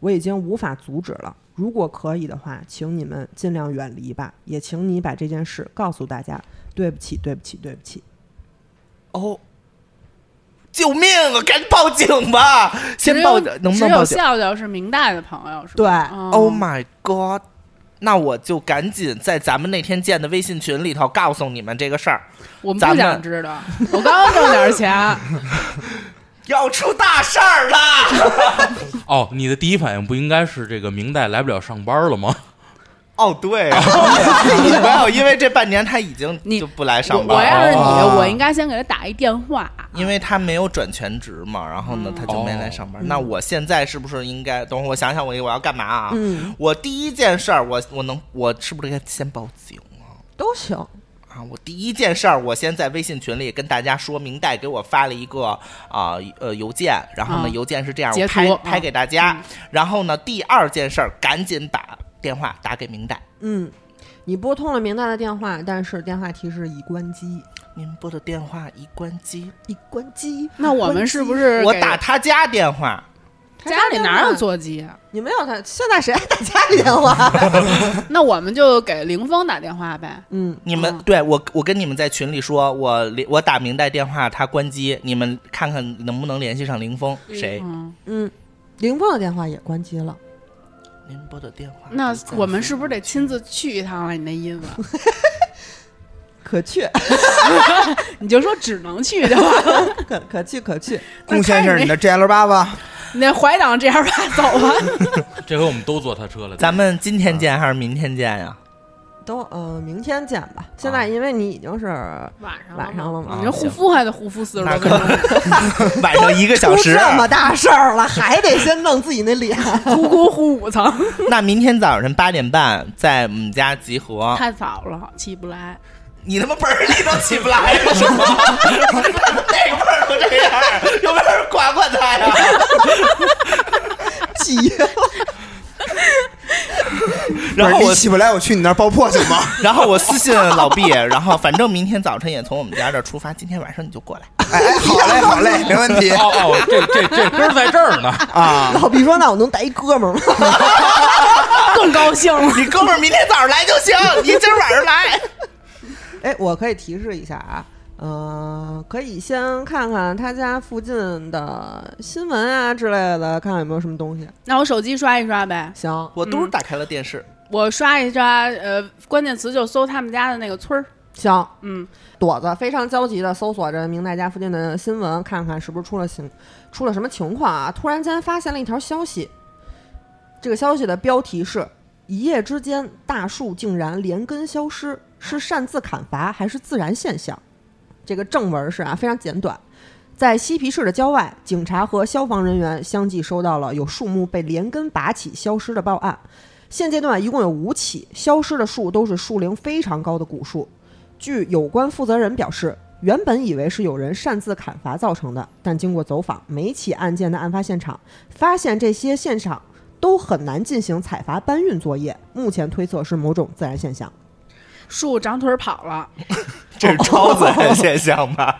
Speaker 1: 我已经无法阻止了，如果可以的话，请你们尽量远离吧，也请你把这件事告诉大家，对不起，对不起，对不起。
Speaker 4: 哦，救命啊！赶紧报警吧，先
Speaker 2: 只
Speaker 4: 报
Speaker 2: 有
Speaker 4: 警，能
Speaker 2: 只有
Speaker 4: 不能报警
Speaker 2: 笑笑是明代的朋友，是吧？
Speaker 1: 对
Speaker 2: 嗯
Speaker 4: ？Oh my god！那我就赶紧在咱们那天建的微信群里头告诉你们这个事儿，
Speaker 2: 我们
Speaker 4: 咱
Speaker 2: 不
Speaker 4: 们
Speaker 2: 想知道。我刚挣点钱，
Speaker 4: 要出大事儿了！
Speaker 7: 哦，你的第一反应不应该是这个明代来不了上班了吗？
Speaker 4: 哦，对、啊，没有，因为这半年他已 经
Speaker 2: 你
Speaker 4: 就不来
Speaker 2: 我
Speaker 4: 上
Speaker 2: 我
Speaker 4: 班
Speaker 2: 要
Speaker 4: 了，
Speaker 2: 是
Speaker 5: 哦
Speaker 2: 你，我应该先给他打一电话。
Speaker 4: 因为他没有转全职嘛，然后呢
Speaker 2: 嗯
Speaker 4: 他就没来上班。
Speaker 1: 哦
Speaker 4: 那我现在是不是应该？等会儿我想想，我我要干嘛啊？”
Speaker 1: 嗯，
Speaker 4: 我第一件事儿，我我能，我是不是该先报警啊？
Speaker 1: 都行。
Speaker 4: 啊，我第一件事儿，我先在微信群里跟大家说，明代给我发了一个啊呃邮件，然后呢、
Speaker 2: 啊
Speaker 4: 邮件是这样，
Speaker 2: 截
Speaker 4: 我
Speaker 2: 图
Speaker 4: 拍
Speaker 2: 啊
Speaker 4: 拍给大家。然后呢，第二件事儿，赶紧打电话打给明代，
Speaker 1: 嗯，你拨通了明代的电话，但是电话提示已关机，
Speaker 4: 您拨的电话已关机，
Speaker 1: 已关机。
Speaker 2: 那我们是不是
Speaker 4: 我
Speaker 2: 给
Speaker 4: 打他家电话，
Speaker 2: 家里哪有
Speaker 1: 做？
Speaker 2: 座机啊？
Speaker 1: 你没有他，现在谁还打家里电话？
Speaker 2: 那我们就给凌峰打电话呗。
Speaker 1: 嗯，
Speaker 4: 你们、
Speaker 2: 嗯
Speaker 4: 对我我跟你们在群里说，我联我打明代电话，他关机，你们看看能不能联系上凌峰谁？
Speaker 2: 嗯，
Speaker 1: 嗯，凌峰的电话也关机了。
Speaker 4: 您拨的电话已
Speaker 2: 那
Speaker 4: 关
Speaker 2: 我们
Speaker 4: 机
Speaker 2: 是不是得亲自去一趟了？你那意 思，
Speaker 1: 可去，
Speaker 2: 你就说只能去对吧？
Speaker 1: 可可去可去，
Speaker 5: 贡献一下你的 GL 八吧。
Speaker 2: 你那怀党这样吧，走吧。
Speaker 7: 这回我们都坐他车了。
Speaker 4: 咱们今天见还是明天见呀、
Speaker 1: 都呃明天见吧。现在因为你已经是
Speaker 2: 晚上
Speaker 1: 晚上了嘛，
Speaker 2: 你这护肤还得护肤四十多分 钟，
Speaker 4: 晚上一个小
Speaker 1: 出
Speaker 4: 时。
Speaker 1: 这么大事儿了，还得先弄自己那 脸。
Speaker 2: 呼呼呼五层，
Speaker 4: 那明天早上八点半在我们家集合。
Speaker 2: 太早了，起不来。
Speaker 4: 你他妈本儿你都起不来了是吗？哪个本儿都这样？有没有人管管他呀？
Speaker 1: 急，
Speaker 4: 然后
Speaker 5: 不是
Speaker 4: 我
Speaker 5: 你，起不来，我去你那儿爆破去 吗？
Speaker 4: 然后我私信老毕，然后反正明天早晨也从我们家这儿出发，今天晚上你就过来。
Speaker 5: 哎，哎好嘞，好嘞，没问题
Speaker 7: 哦哦，这这这根儿在这儿呢。
Speaker 5: 啊。
Speaker 1: 老毕说：“那我能带一哥们儿吗
Speaker 2: 更高兴了。
Speaker 4: 你哥们儿明天早上来就行，你今儿晚上来。？”
Speaker 1: 哎，我可以提示一下啊。呃，可以先看看他家附近的新闻啊之类的，看看有没有什么东西。
Speaker 2: 那我手机刷一刷呗，
Speaker 1: 行，
Speaker 4: 我都是打开了电视，
Speaker 2: 我刷一刷，呃，关键词就搜他们家的那个村儿。
Speaker 1: 行，
Speaker 2: 嗯，
Speaker 1: 朵子非常焦急地搜索着明代家附近的新闻，看看是不是出了情出了什么情况啊！突然间发现了一条消息，这个消息的标题是“一夜之间大树竟然连根消失”，是擅自砍伐还是自然现象？这个正文是啊，非常简短。在西皮市的郊外，警察和消防人员相继收到了有树木被连根拔起消失的报案。现阶段一共有五起，消失的树都是树龄非常高的古树，据有关负责人表示，原本以为是有人擅自砍伐造成的，但经过走访每起案件的案发现场，发现这些现场都很难进行采伐搬运作业，目前推测是某种自然现象。
Speaker 2: 树长腿儿跑了，
Speaker 4: 这是 超自然现象吧？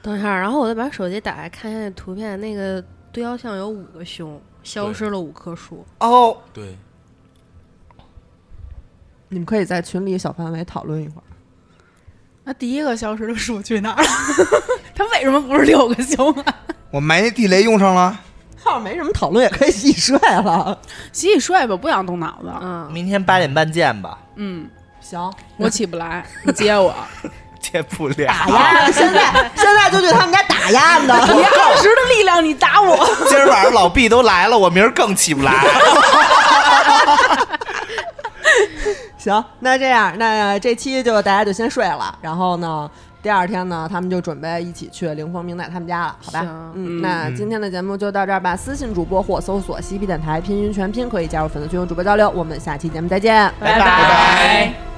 Speaker 3: 等一下，然后我再把手机打开看一下那图片，那个对腰像有五个胸，消失了五棵树。
Speaker 5: 啊
Speaker 4: 哦，
Speaker 7: 对，
Speaker 1: 你们可以在群里小范围讨论一会儿。
Speaker 2: 那第一个消失的树去哪儿了？ 它为什么不是六个熊啊？
Speaker 5: 我埋那地雷用上了，
Speaker 1: 要是没什么讨论，也可以洗睡了。
Speaker 2: 洗洗睡吧，不想动脑子。
Speaker 3: 嗯，
Speaker 4: 明天八点半见吧。
Speaker 2: 嗯，
Speaker 1: 行，
Speaker 2: 我起不来，你接我。
Speaker 4: 接不了，
Speaker 1: 打鸭子， 现在现在就去他们家打鸭子。
Speaker 2: 你二十的力量，你打我。
Speaker 4: 今儿晚上老毕都来了，我明儿更起不来。
Speaker 1: 行，那这样，那这期就大家就先睡了，然后呢，第二天呢，他们就准备一起去凌风明奶他们家了，好吧？
Speaker 3: 行
Speaker 1: 嗯，
Speaker 2: 嗯
Speaker 1: 那今天的节目就到这儿吧。私信主播或搜索“西皮电台”拼音全拼，可以加入粉丝群和主播交流。我们下期节目再见，
Speaker 4: 哎拜拜
Speaker 2: 拜